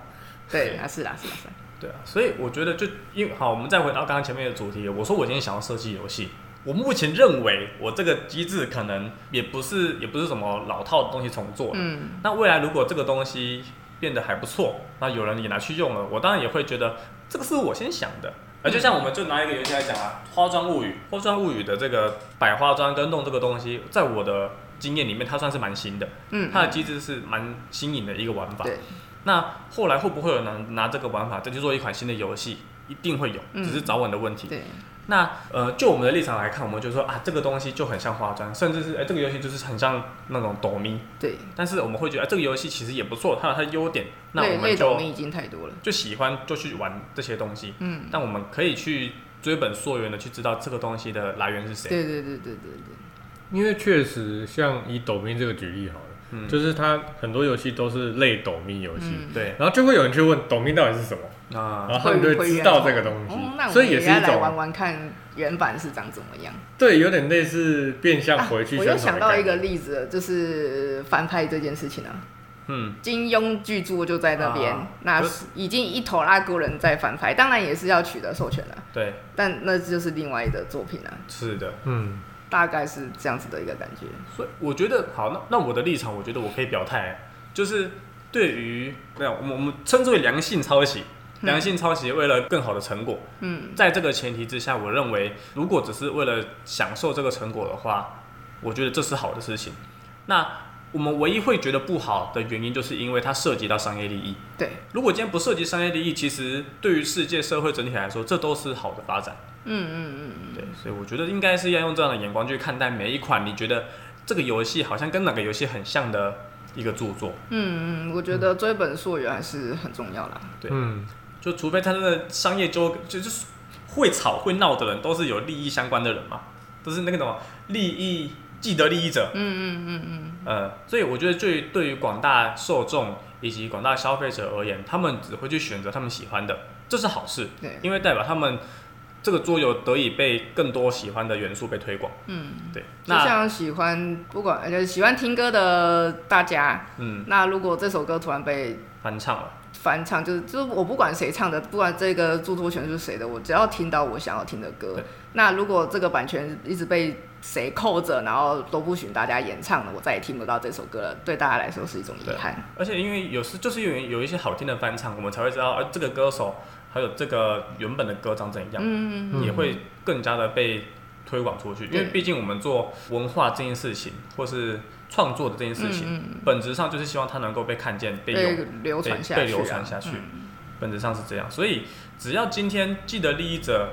E: 对，啊是啦是啦是啦。
D: 对啊，所以我觉得就因为好，我们再回到刚刚前面的主题，我说我今天想要设计游戏，我目前认为我这个机制可能也不是也不是什么老套的东西重做，
E: 嗯。
D: 那未来如果这个东西变得还不错，那有人也拿去用了，我当然也会觉得这个是我先想的。而就像我们就拿一个游戏来讲啊，《花砖物语》，《花砖物语》的这个摆花砖跟弄这个东西，在我的经验里面，它算是蛮新的，
E: 嗯，
D: 它的机制是蛮新颖的一个玩法。
E: 对，
D: 那后来会不会有人拿拿这个玩法再去做一款新的游戏？一定会有，
E: 嗯
D: 只是早晚的问题。
E: 对，
D: 那呃，就我们的立场来看，我们就说啊，这个东西就很像花砖，甚至是哎、这个游戏就是很像那种抖咪。
E: 对，
D: 但是我们会觉得、哎这个游戏其实也不错，它有它的优点，那
E: 类
D: 我
E: 类
D: 们
E: 抖
D: 就
E: 音已经太多了。
D: 就喜欢就去玩这些东西。
E: 嗯，
D: 但我们可以去追本溯源的去知道这个东西的来源是谁。
E: 对对对对对对，
A: 因为确实像以抖音这个举例好了，
D: 嗯
A: 就是它很多游戏都是类抖音游戏，
E: 嗯，
D: 对，
A: 然后就会有人去问抖音到底是什么，
D: 那
A: 然后他们就
E: 会
A: 会
E: 员
A: 知道
E: 会
A: 这个东
E: 哦，那
A: 西，
E: 我
A: 所
E: 们
A: 以也是
E: 该
A: 一
E: 来
A: 种
E: 玩玩看原版是长怎么样。
A: 对，有点类似变相回去
E: 啊我
A: 宣传、
E: 又想到一个，例子了，就是翻拍这件事情啊。
D: 嗯，
E: 金庸巨著就在那边，
D: 啊
E: 那
D: 就是
E: 已经一头拉古人在翻拍，当然也是要取得授权了、
D: 对，
E: 但那就是另外的作品啊，
D: 是的。
A: 嗯，
E: 大概是这样子的一个感觉。
D: 所以我觉得好，那那我的立场，我觉得我可以表态，就是对于没有我们我们称之为良性抄袭，良性抄袭为了更好的成果，
E: 嗯，
D: 在这个前提之下，我认为如果只是为了享受这个成果的话，我觉得这是好的事情。那我们唯一会觉得不好的原因，就是因为它涉及到商业利益。
E: 对，
D: 如果今天不涉及商业利益，其实对于世界社会整体来说，这都是好的发展。
E: 嗯嗯
D: 对，所以我觉得应该是要用这样的眼光去看待每一款你觉得这个游戏好像跟哪个游戏很像的一个著作。
E: 嗯嗯嗯，我觉得追本溯源还是很重要啦。
D: 对
A: 嗯，
D: 就除非他的商业纠葛，就就是会吵会闹的人都是有利益相关的人嘛，都是那个什么利益既得利益者。
E: 嗯嗯嗯嗯，
D: 呃，所以我觉得对于对于广大受众以及广大消费者而言，他们只会去选择他们喜欢的，这是好事，
E: 对，
D: 因为代表他们这个桌游得以被更多喜欢的元素被推广。
E: 嗯，
D: 对，
E: 就
D: 那
E: 像喜欢不管呃喜欢听歌的大家，
D: 嗯
E: 那如果这首歌突然被
D: 翻唱了，
E: 翻唱，就是就是我不管谁唱的，不管这个著作权是谁的，我只要听到我想要听的歌
D: 对。
E: 那如果这个版权一直被谁扣着，然后都不许大家演唱了，我再也听不到这首歌了，对大家来说是一种遗
D: 对啊
E: 憾。
D: 而且因为有时就是因为有一些好听的翻唱，我们才会知道，呃，这个歌手还有这个原本的歌长怎样，
E: 嗯，
D: 也会更加的被推广出去。因为
E: 对
D: 毕竟我们做文化这件事情，或是创作的这件事情，
E: 嗯
D: 本质上就是希望它能够被看见、被
E: 被
D: 用、
E: 流
D: 被
E: 传下去、啊，
D: 被流传下去。
E: 嗯
D: 本质上是这样。所以只要今天既得利益者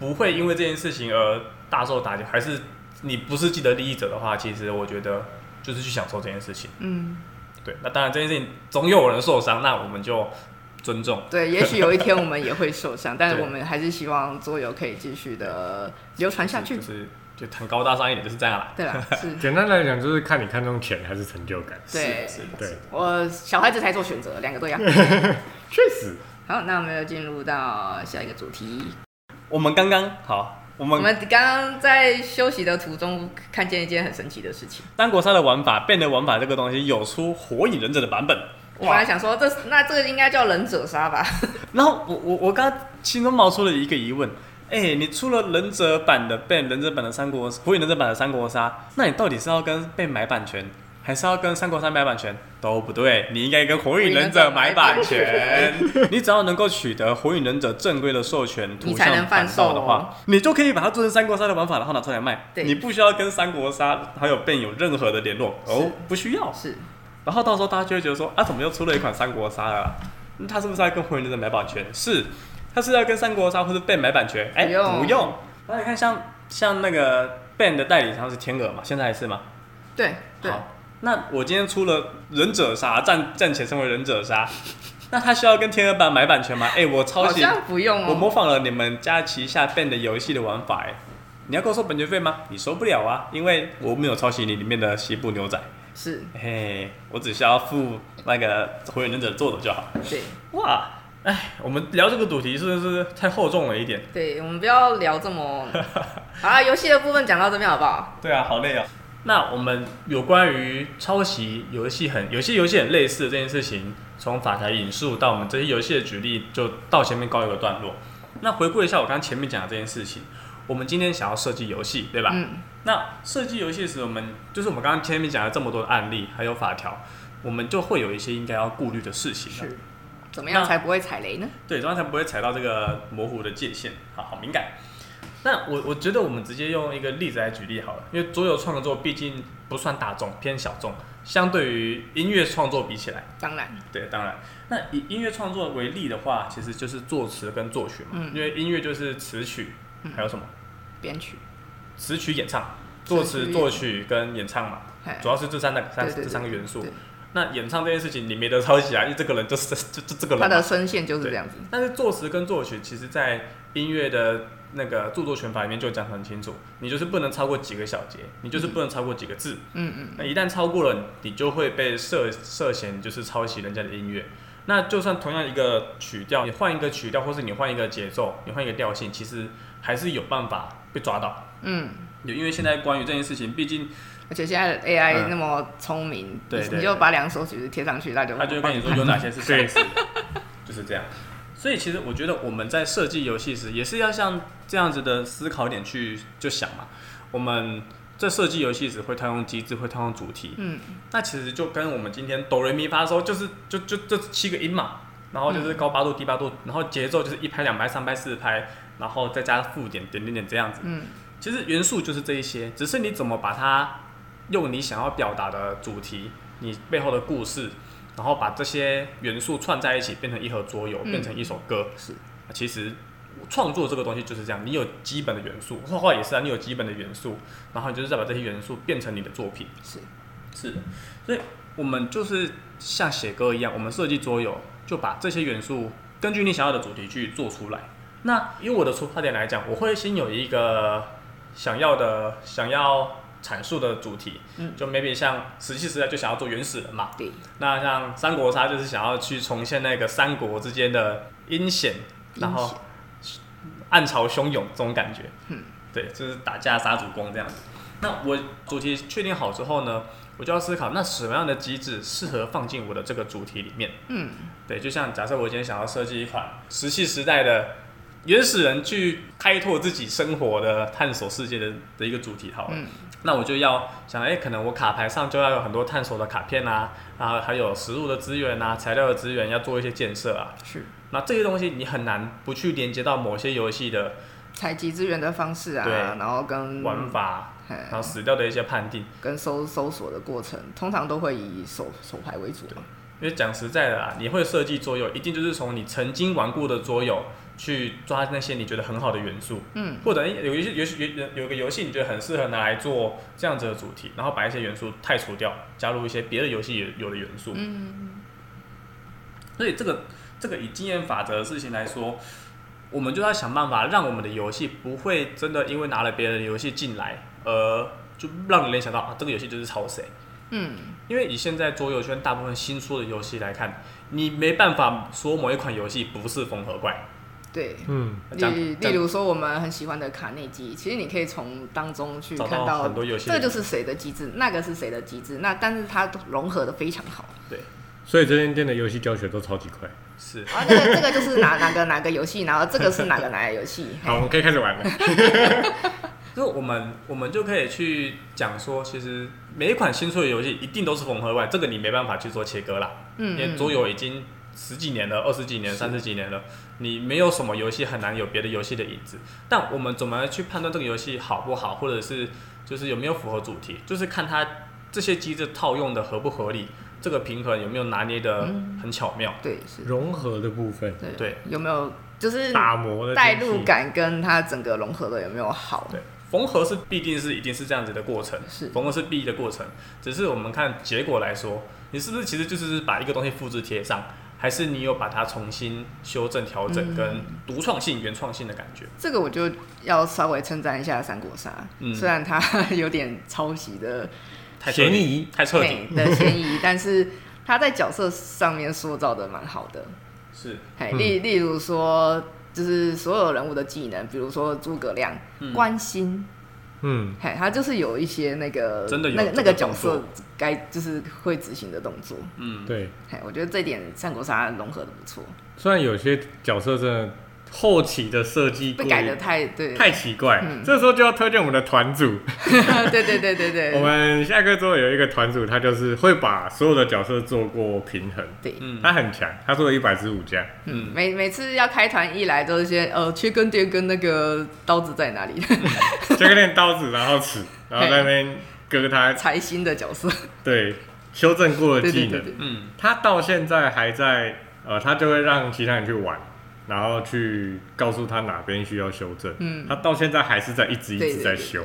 D: 不会因为这件事情而大受打击，还是你不是既得利益者的话，其实我觉得就是去享受这件事情。
E: 嗯，
D: 对，那当然这件事情总有人受伤，那我们就尊重。
E: 对，也许有一天我们也会受伤，但是
D: 对
E: 我们还是希望桌游可以继续的流传下去
D: 就。是就很高大上一点， 就是这样啦。
E: 对啦，是，
A: 简单来讲，就是看你看重钱还是成就感。
E: 对，
D: 是的
A: 对，
E: 我小孩子才做选择，两个都要。
A: 确实，
E: 好，那我们就进入到下一个主题。
D: 我们刚刚好，我
E: 我
D: 们
E: 们刚刚在休息的途中看见一件很神奇的事情，
D: 单国杀的玩法变的玩法这个东西有出《火影忍者》的版本，
E: 我本来想说这那这个应该叫忍者杀 吧？
D: 然后我我我刚刚心中冒出了一个疑问，哎、你出了忍者版的 ban，忍者版的三国，火影忍者版的三国杀，那你到底是要跟 ban 买版权，还是要跟三国杀买版权？都不对，你应该跟火影忍者买 版权。你只要能够取得火影忍者正规的授权图
E: 你才
D: 像
E: 能贩
D: 版
E: 售哦
D: 照的话，你就可以把它做成三国杀的玩法，然后拿出来卖。
E: 对
D: 你不需要跟三国杀还有 ban 有任何的联络哦，不需要。
E: 是，
D: 然后到时候大家就会觉得说，啊，怎么又出了一款三国杀了啊、那他是不是在跟火影忍者买版权？是，他是要跟三国杀或是 ban 买版权？哎、
E: 不用
D: 不用。那你看像，像那个 ban 的代理商是天鹅嘛，现在还是吗？
E: 对对，
D: 好，那我今天出了忍者杀，暂暂且称为忍者杀，那他需要跟天鹅版买版权吗？哎、我抄
E: 好
D: 袭，
E: 像不用
D: 我模
E: 哦。
D: 仿了你们家旗下 ban 的游戏的玩法、哎，你要跟我收版权费吗？你收不了啊，因为我没有抄袭你里面的西部牛仔。
E: 是，
D: 嘿，我只需要付那个火影忍者的作者就好。
E: 对
D: 哇，
C: 哎，我们聊这个主题是不是太厚重了一点？
E: 对，我们不要聊这 么。好啦，游戏的部分讲到这边好不好？
D: 对啊，好累啊、
C: 那我们有关于抄袭游戏很有些游戏很类似的这件事情，从法台引述到我们这些游戏的举例，就到前面告一个段落。
D: 那回顾一下我刚刚前面讲的这件事情，我们今天想要设计游戏，对吧？
E: 嗯，
D: 那设计游戏时，我们就是我们刚刚前面讲了这么多的案例，还有法条，我们就会有一些应该要顾虑的事情了。
E: 是，怎么样
D: 那
E: 才不会踩雷呢？
D: 对，这样才不会踩到这个模糊的界限，好好敏感。那我我觉得我们直接用一个例子来举例好了，因为桌游创作毕竟不算大众，偏小众，相对于音乐创作比起来，
E: 当然，
D: 对，当然，那以音乐创作为例的话，其实就是作词跟作曲嘛，
E: 嗯
D: 因为音乐就是词曲，
E: 嗯
D: 还有什么
E: 编曲，
D: 词曲演唱、作
E: 词
D: 词、
E: 曲
D: 作曲跟演唱嘛，
E: 嘿
D: 主要是这三个三
E: 对对
D: 这三个元素
E: 对。
D: 那演唱这件事情你没得抄袭啊，因为这个人就是就就这个人嘛，
E: 他的声线就是这样子。
D: 但是作词跟作曲，其实在音乐的那个著作权法里面就讲得很清楚，你就是不能超过几个小节，你就是不能超过几个字。
E: 嗯嗯，
D: 那一旦超过了，你就会被涉涉嫌就是抄袭人家的音乐。那就算同样一个曲调，你换一个曲调，或是你换一个节奏，你换一个调性，其实还是有办法被抓到。
E: 嗯，
D: 因为现在关于这件事情，毕竟
E: 而且现在的 AI
D: 嗯
E: 那么聪明，
D: 对对
E: 你就把两首曲子贴上去，那就
D: 他就会跟你说有哪些是相似的， 就是这样。所以其实我觉得我们在设计游戏时，也是要像这样子的思考点去就想嘛。我们在设计游戏时会套用机制，会套用主题，
E: 嗯，
D: 那其实就跟我们今天哆来咪发嗦，就是就就这七个音嘛，然后就是高八度、低八度，然后节奏就是一拍、两拍、三拍、四拍，然后再加附点、点点点这样子。
E: 嗯，
D: 其实元素就是这一些，只是你怎么把它用你想要表达的主题，你背后的故事，然后把这些元素串在一起，变成一盒桌游，
E: 嗯
D: 变成一首歌。
E: 是，
D: 其实创作这个东西就是这样，你有基本的元素，画画也是啊，你有基本的元素，然后你就是再把这些元素变成你的作品。
E: 是
D: 是的，所以我们就是像写歌一样，我们设计桌游就把这些元素根据你想要的主题去做出来。那以我的出发点来讲，我会先有一个想要的、想要阐述的主题，
E: 嗯
D: 就 maybe 像石器时代就想要做原始人嘛，
E: 对，
D: 那像三国杀就是想要去重现那个三国之间的阴险，然
E: 阴
D: 后
E: 险
D: 暗潮汹涌这种感觉，
E: 嗯，
D: 对，就是打架杀主公这样子。那我主题确定好之后呢，我就要思考那什么样的机制适合放进我的这个主题里面。
E: 嗯，
D: 对，就像假设我今天想要设计一款石器时代的原始人去开拓自己生活的探索世界的的一个主题好了，
E: 嗯
D: 那我就要想，哎、可能我卡牌上就要有很多探索的卡片啊，然后还有食物的资源啊、材料的资源，要做一些建设啊。
E: 是
D: 那这些东西你很难不去连接到某些游戏的
E: 采集资源的方式啊，
D: 对
E: 然后跟
D: 玩法，
E: 嘿
D: 然后死掉的一些判定。
E: 跟搜搜索的过程，通常都会以手手牌为主嘛。
D: 因为讲实在的啊，你会设计桌游，一定就是从你曾经玩过的桌游去抓那些你觉得很好的元素，
E: 嗯，
D: 或者诶有一些游戏有有个游戏你觉得很适合拿来做这样子的主题，然后把一些元素汰除掉，加入一些别的游戏有有的元素。
E: 嗯，
D: 所以这个这个以经验法则的事情来说，我们就要想办法让我们的游戏不会真的因为拿了别人的游戏进来，而就让人联想到啊这个游戏就是抄谁。
E: 嗯，
D: 因为以现在桌游圈大部分新出的游戏来看，你没办法说某一款游戏不是缝合怪。
E: 对。
A: 嗯，
D: 讲
E: 例
D: 讲
E: 例如说我们很喜欢的卡内基，其实你可以从当中去
D: 找
E: 看
D: 到很多游戏
E: 这个就是谁的机制，那个是谁的机制，那但是它融合的非常好。
A: 所以这间店的游戏教学都超级快。
D: 是
E: 啊，那个这个就是哪哪个哪个游戏，然后这个是哪个哪个游戏。
A: 好，我们可以开始玩了。
D: 就我们我们就可以去讲说，其实每一款新出的游戏一定都是缝合怪，这个你没办法去做切割啦，
E: 嗯
D: 因为桌游已经十几年了、二十几年、三十几年了，你没有什么游戏很难有别的游戏的影子。但我们怎么去判断这个游戏好不好，或者是就是有没有符合主题，就是看它这些机制套用的合不合理，这个平衡有没有拿捏的
E: 嗯
D: 很巧妙。
E: 对是，
A: 融合的部分，
E: 对
D: 对，
E: 有没有就是
A: 打磨的
E: 代
A: 进去
E: 入，感跟它整个融合的有没有好？
D: 对，缝合是必定是一定是这样子的过程，
E: 是
D: 缝合是必的过程。只是我们看结果来说，你是不是其实就是把一个东西复制贴上，还是你有把它重新修正、调整跟独创性、原创性的感觉？
E: 这个我就要稍微称赞一下三国杀，
D: 嗯
E: 虽然它 有点抄袭的
D: 太彻
A: 便
D: 底
A: 宜，
D: 太彻底
E: 美的嫌疑， 但是它在角色上面塑造的蛮好的。
D: 是
E: 嘿，例例如说，就是所有人物的技能，比如说诸葛亮、关心，
A: 嗯，
E: 嘿，他就是有一些那个
D: 真的有
E: 那个
D: 这个
E: 那个角
D: 动
E: 色
D: 作
E: 该就是会执行的动作。
D: 嗯，
A: 对。
E: 嘿，我觉得这点三国杀融合的不错，
A: 虽然有些角色真的后期的设计
E: 被
A: 过于
E: 改的太对，
A: 太奇怪，
E: 嗯
A: 这时候就要推荐我们的团组。
E: 对对对对
A: 我
E: 对，
A: 们下课之后有一个团组，他就是会把所有的角色做过平衡，
E: 对，
D: 嗯
A: 他很强，他做了一百支武 将。
E: 嗯，每每次要开团一来都是先呃缺根电跟那个刀子在哪里，
A: 这个练刀子，然后尺，然后在那边割他，
E: 才新的角色，
A: 对，修正过的
E: 对
A: 技
E: 对
A: 能。
E: 对对，
D: 嗯，
A: 他到现在还在，呃，他就会让其他人去玩，然后去告诉他哪边需要修正。
E: 嗯
A: 他到现在还是在一直一
E: 对
A: 直
E: 对
A: 在
E: 对
A: 修。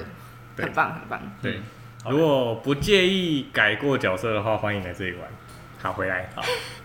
A: 对
E: 很棒很棒，
A: 对
D: 嗯好
A: 如果不介意改过角色的话，欢迎来这里玩。好，回来。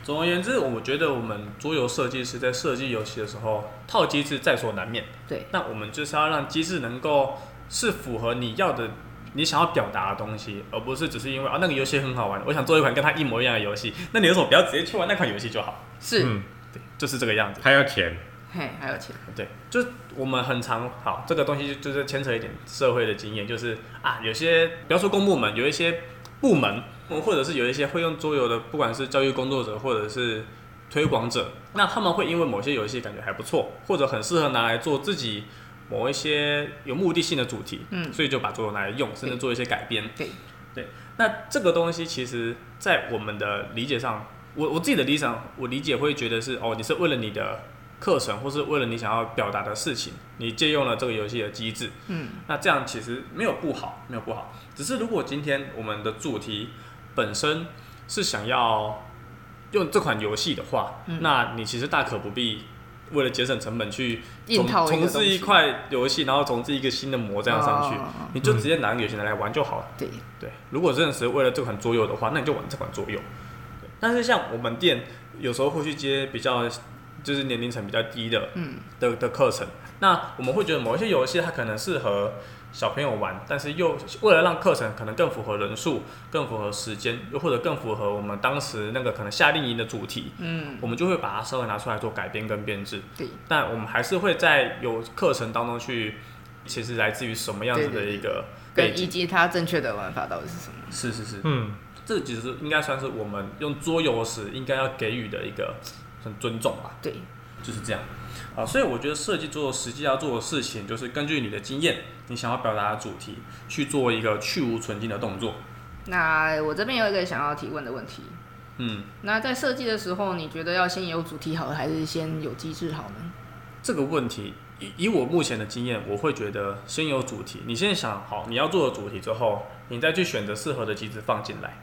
D: 总而言之，我觉得我们桌游设计师在设计游戏的时候，套机制在所难免。
E: 对，
D: 那我们就是要让机制能够是符合你要的、你想要表达的东西，而不是只是因为啊那个游戏很好玩，我想做一款跟它一模一样的游戏。那你为什么不要直接去玩那款游戏就好？
E: 是，
A: 嗯，
D: 对，就是这个样子。
A: 他要钱，
E: 嘿，还有钱，
D: 对，就是我们很常好这个东西，就是牵扯一点社会的经验，就是啊，有些不要说公部门，有一些部门，嗯或者是有一些会用桌游的，不管是教育工作者或者是推广者，那他们会因为某些游戏感觉还不错，或者很适合拿来做自己某一些有目的性的主题，
E: 嗯
D: 所以就把桌游拿来用，甚至做一些改编。
E: 对，
D: 那这个东西其实，在我们的理解上，我我自己的理解上，我理解会觉得是哦，你是为了你的课程，或是为了你想要表达的事情，你借用了这个游戏的机制。
E: 嗯，
D: 那这样其实没有不好，没有不好，只是如果今天我们的主题本身是想要用这款游戏的话，
E: 嗯
D: 那你其实大可不必。为了节省成本去
E: 硬
D: 重
E: 套一个
D: 重置一
E: 东西
D: 块游戏，然后重置一个新的模这样上去，
E: 哦哦哦
D: 你就直接拿个游戏拿来玩就好了。
E: 对，
D: 对，如果真的是为了这款桌游的话，那你就玩这款桌游。对但是像我们店有时候会去接比较就是年龄层比较低的
E: 嗯，
D: 的的课程，那我们会觉得某一些游戏它可能适合小朋友玩，但是又为了让课程可能更符合人数、更符合时间，又或者更符合我们当时那个可能夏令营的主题，
E: 嗯，
D: 我们就会把它稍微拿出来做改编跟编制。
E: 对，
D: 但我们还是会在有课程当中去，其实来自于什么样子的一个
E: 跟
D: 背景
E: 以及它正确的玩法到底是什么？
D: 是是是，
A: 嗯，
D: 这其实应该算是我们用桌游时应该要给予的一个很尊重吧，
E: 对，
D: 就是这样。啊，所以我觉得设计桌游实际要做的事情，就是根据你的经验，你想要表达的主题，去做一个去无存菁的动作。
E: 那我这边有一个想要提问的问题，
D: 嗯，
E: 那在设计的时候，你觉得要先有主题好，还是先有机制好呢？
D: 这个问题，以以我目前的经验，我会觉得先有主题，你先想好你要做的主题之后，你再去选择适合的机制放进来。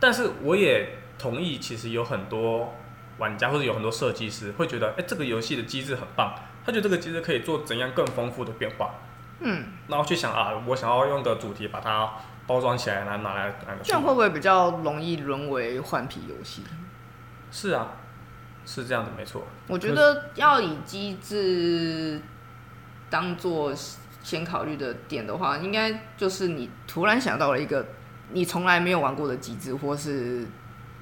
D: 但是我也同意，其实有很多玩家或者有很多设计师会觉得，哎、这个游戏的机制很棒，他觉得这个机制可以做怎样更丰富的变化，
E: 嗯，
D: 然后去想啊，我想要用的主题把它包装起来，然后拿来拿来
E: 这样
D: 出
E: 会不会比较容易沦为换皮游戏？
D: 是啊，是这样的，没错。
E: 我觉得要以机制当做先考虑的点的话，应该就是你突然想到了一个你从来没有玩过的机制，或是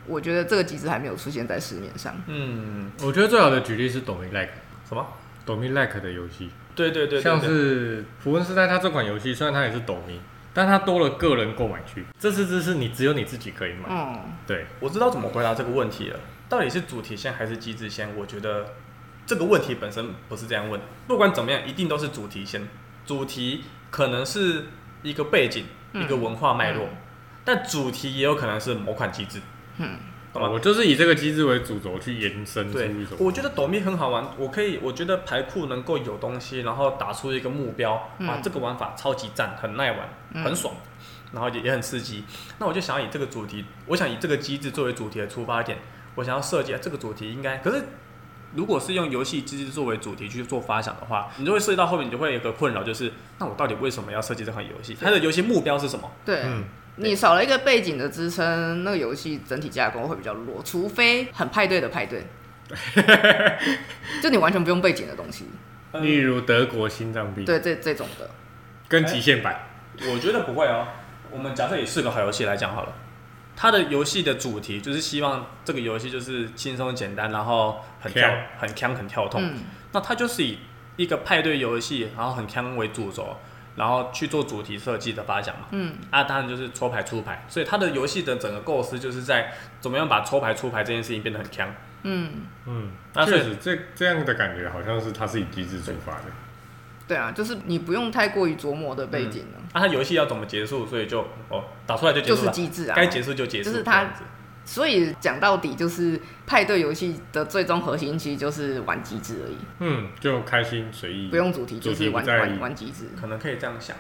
E: 我觉得这个机制还没有出现在市面上。
D: 嗯，
A: 我觉得最好的举例是 Domi Like。
D: 什么？
A: Domi Like 的游戏，
D: 对对对对对
A: 像是符文时代，它这款游戏虽然它也是 Domi，但它多了个人购买区，这是这是你只有你自己可以买。
E: 嗯，
A: 对，
D: 我知道怎么回答这个问题了。到底是主题先还是机制先？我觉得这个问题本身不是这样问。不管怎么样，一定都是主题先。主题可能是一个背景，
E: 嗯
D: 一个文化脉络，但主题也有可能是某款机制。
E: 嗯，
D: 懂吗
A: 我就是以这个机制为主轴去延伸出
D: 对
A: 一种。，
D: 我觉得抖咪很好玩。我可以，我觉得牌库能够有东西，然后打出一个目标，
E: 嗯
D: 啊，这个玩法超级赞，很耐玩，
E: 嗯
D: 很爽，然后也也很刺激。那我就想要以这个主题，我想以这个机制作为主题的出发点，我想要设计啊这个主题应该，可是。如果是用游戏机制作为主题去做发想的话，你就会涉及到后面，你就会有一个困扰，就是那我到底为什么要设计这款游戏？它的游戏目标是什么？
E: 对。
A: 嗯，
E: 你少了一个背景的支撑，那个游戏整体架构会比较弱，除非很派对的派对，就你完全不用背景的东西，
D: 嗯
A: 例如德国心脏病，
E: 对这这种的，
A: 跟极限版，
D: 我觉得不会哦。我们假设以四个好游戏来讲好了，它的游戏的主题就是希望这个游戏就是轻松简单，然后很跳
A: 强、
D: 很强、很跳痛。
E: 嗯，
D: 那它就是以一个派对游戏，然后很强为主轴，然后去做主题设计的发想嘛。
E: 嗯，
D: 啊，当然就是抽牌出牌，所以它的游戏的整个构思就是在怎么样把抽牌出牌这件事情变得很强。
E: 嗯，
A: 嗯，
D: 那所以
A: 确实这这样的感觉好像是它是以机制出发的。
E: 对啊，就是你不用太过于琢磨的背景了，
D: 啊，它游戏要怎么结束，所以就哦打出来就结
E: 就
D: 束
E: 是
D: 了，
E: 机制啊，
D: 该结束就结束，
E: 就是它
D: 这样子
E: 所以讲到底就是派对游戏的最终核心其实就是玩机制而已，
A: 嗯，就开心随意，
E: 不用主题，
A: 主
E: 就
A: 题
E: 是玩
A: 不在意
E: 玩玩机制。
D: 可能可以这样想。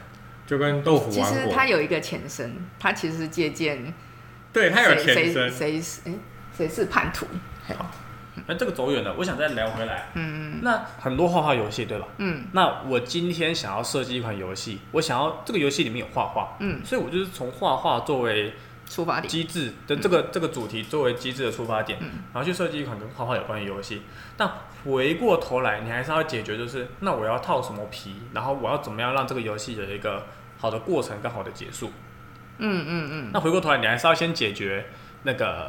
A: 就跟豆腐
E: 其
A: 王
E: 实
A: 国
E: 它，有一个前身，它其实是借鉴
A: 对，它有前
E: 谁
A: 身，
E: 谁谁是诶谁是叛徒，
D: 那哎这个走远了，我想再聊回来。
E: 嗯
D: 那很多画画游戏对吧？
E: 嗯
D: 那我今天想要设计一款游戏，我想要这个游戏里面有画画，
E: 嗯，
D: 所以我就是从画画作为
E: 出发点。
D: 机制的这个、这个主题作为机制的出发点，
E: 嗯
D: 然后去设计一款跟画画有关的游戏。但回过头来，你还是要解决就是，那我要套什么皮，然后我要怎么样让这个游戏有一个好的过程跟好的结束。
E: 嗯嗯嗯，
D: 那回过头来，你还是要先解决那个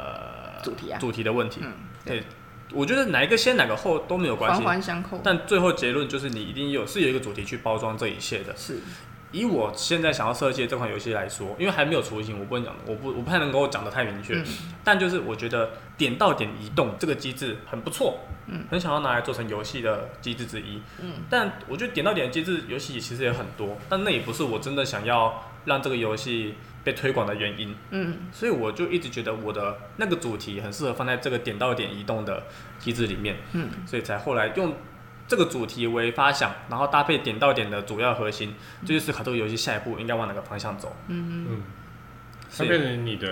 E: 主题啊
D: 主题的问题。
E: 嗯，
D: 对，我觉得哪一个先哪个后都没有关
E: 环
D: 系，
E: 环相扣。
D: 但最后结论就是，你一定有是有一个主题去包装这一切的。
E: 是，
D: 以我现在想要设计的这款游戏来说，因为还没有雏形，我不能讲，我不我不太能够讲得太明确。
E: 嗯
D: 但就是我觉得点到点移动这个机制很不错，
E: 嗯，
D: 很想要拿来做成游戏的机制之一。
E: 嗯
D: 但我觉得点到点的机制游戏其实也很多，但那也不是我真的想要让这个游戏被推广的原因。
E: 嗯
D: 所以我就一直觉得我的那个主题很适合放在这个点到点移动的机制里面。
E: 嗯
D: 所以才后来用这个主题为发想，然后搭配点到点的主要核心，这就是思考这个游戏下一步应该往哪个方向走。
E: 嗯
A: 嗯，它
D: 所
A: 变
D: 以
A: 成你的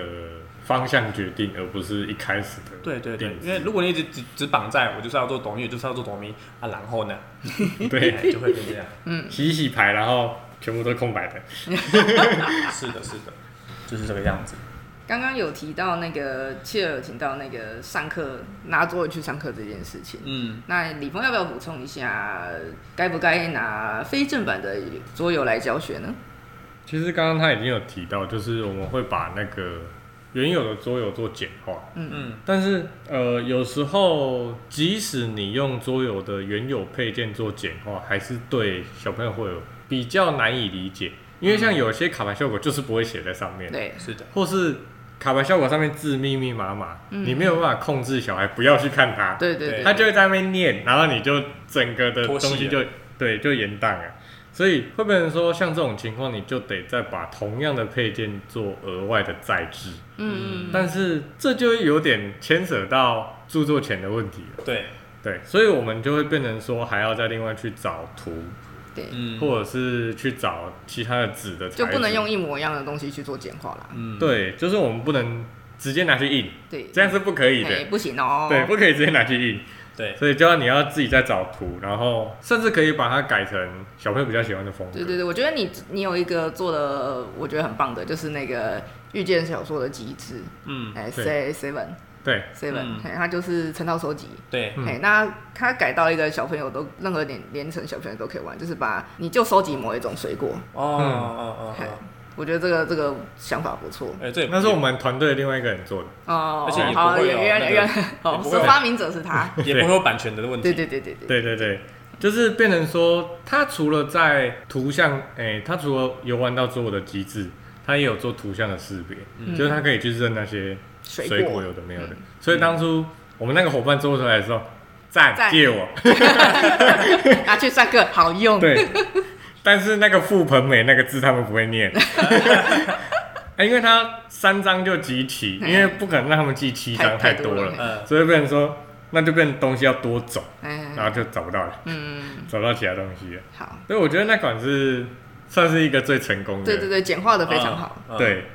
A: 方向决定，而不是一开始的。
D: 对对对
A: 点，子
D: 因为如果你一直只只绑在我就是要做懂，我就是要做懂咪啊，然后呢，
A: 对，
D: 哎就会变这样。
A: 洗洗牌，然后全部都空白的。
D: 是的，是的，就是这个样子。
E: 刚刚有提到那个切尔有提到那个上课拿桌椅去上课这件事情，
D: 嗯，
E: 那李峰要不要补充一下，该不该拿非正版的桌游来教学呢？
A: 其实刚刚他已经有提到，就是我们会把那个原有的桌游做简化。
E: 嗯
D: 嗯，
A: 但是呃，有时候即使你用桌游的原有配件做简化，还是对小朋友会有比较难以理解。因为
E: 嗯
A: 像有些卡牌效果就是不会写在上面，
E: 对，
D: 是的，
A: 或是卡牌效果上面字密密麻麻，你没有办法控制小孩不要去看它，
E: 嗯对对对，
A: 他就会在那边念，然后你就整个的
D: 脱
A: 东
D: 戏
A: 西
D: 了
A: 就对就延宕了。所以会不会说像这种情况，你就得再把同样的配件做额外的再制？
E: 嗯嗯嗯，
A: 但是这就有点牵扯到著作权的问题了。
D: 对，
A: 对，所以我们就会变成说，还要再另外去找图，
E: 对，
D: 嗯，
A: 或者是去找其他的纸的材质，
E: 就不能用一模一样的东西去做简化啦，
D: 嗯，
A: 对，就是我们不能直接拿去印，
E: 对，
A: 这样是不可以的。
E: 哎不行哦，
A: 对，不可以直接拿去印。
D: 对
A: 所以就要你要自己再找图，然后甚至可以把它改成小朋友比较喜欢的风格。
E: 对对对，我觉得你你有一个做的，我觉得很棒的，就是那个遇见小说的机制，
D: 嗯，
E: 哎
A: 对
E: ，C Seven
A: 对
E: Seven，
D: 嗯
E: 哎，它就是成套收集，
D: 对，
A: 嗯
E: 哎，那它改到一个小朋友都任何年年层小朋友都可以玩，就是把你就收集某一种水果，
D: 哦
A: 嗯
D: 哦哦
E: 哎
D: 哦，
E: 我觉得这个这个想法不错
D: 哎，这也不
A: 那是我们团队另外一个人做的。
E: 哦
D: 而且也，不
E: 好，
D: 会有
E: 原原
D: 那个
E: 原哦，
D: 不
E: 是
D: 会有
E: 发明者是 他，
D: 也不会有版权的问
E: 对对
D: 题，
E: 对对对，
A: 对对对，就是变成说，它除了在图像，哎、它除了游玩到所有的机制，它也有做图像的识别，
E: 嗯
A: 就是它可以去认那些
E: 水
A: 水
E: 果
A: 果有的没有的。所以当初我们那个伙伴做出来的时候，赞
E: 赞
A: 借我，
E: 拿去上课好用，
A: 对，但是那个覆盆梅那个字他们不会 念，哎因为他三张就集齐，因为不可能让他们记七张
E: 太
A: 太
E: 哎太
A: 多
E: 多了
A: 了，
D: 嗯，
A: 所以变成说那就变成东西要多走，
E: 哎，
D: 啊
A: 然后就找不到了，
E: 嗯，
A: 找不到其他东西了。
E: 好，
A: 所以我觉得那款是算是一个最成功的，
E: 对对对，简化的非常好，
D: 嗯，
A: 对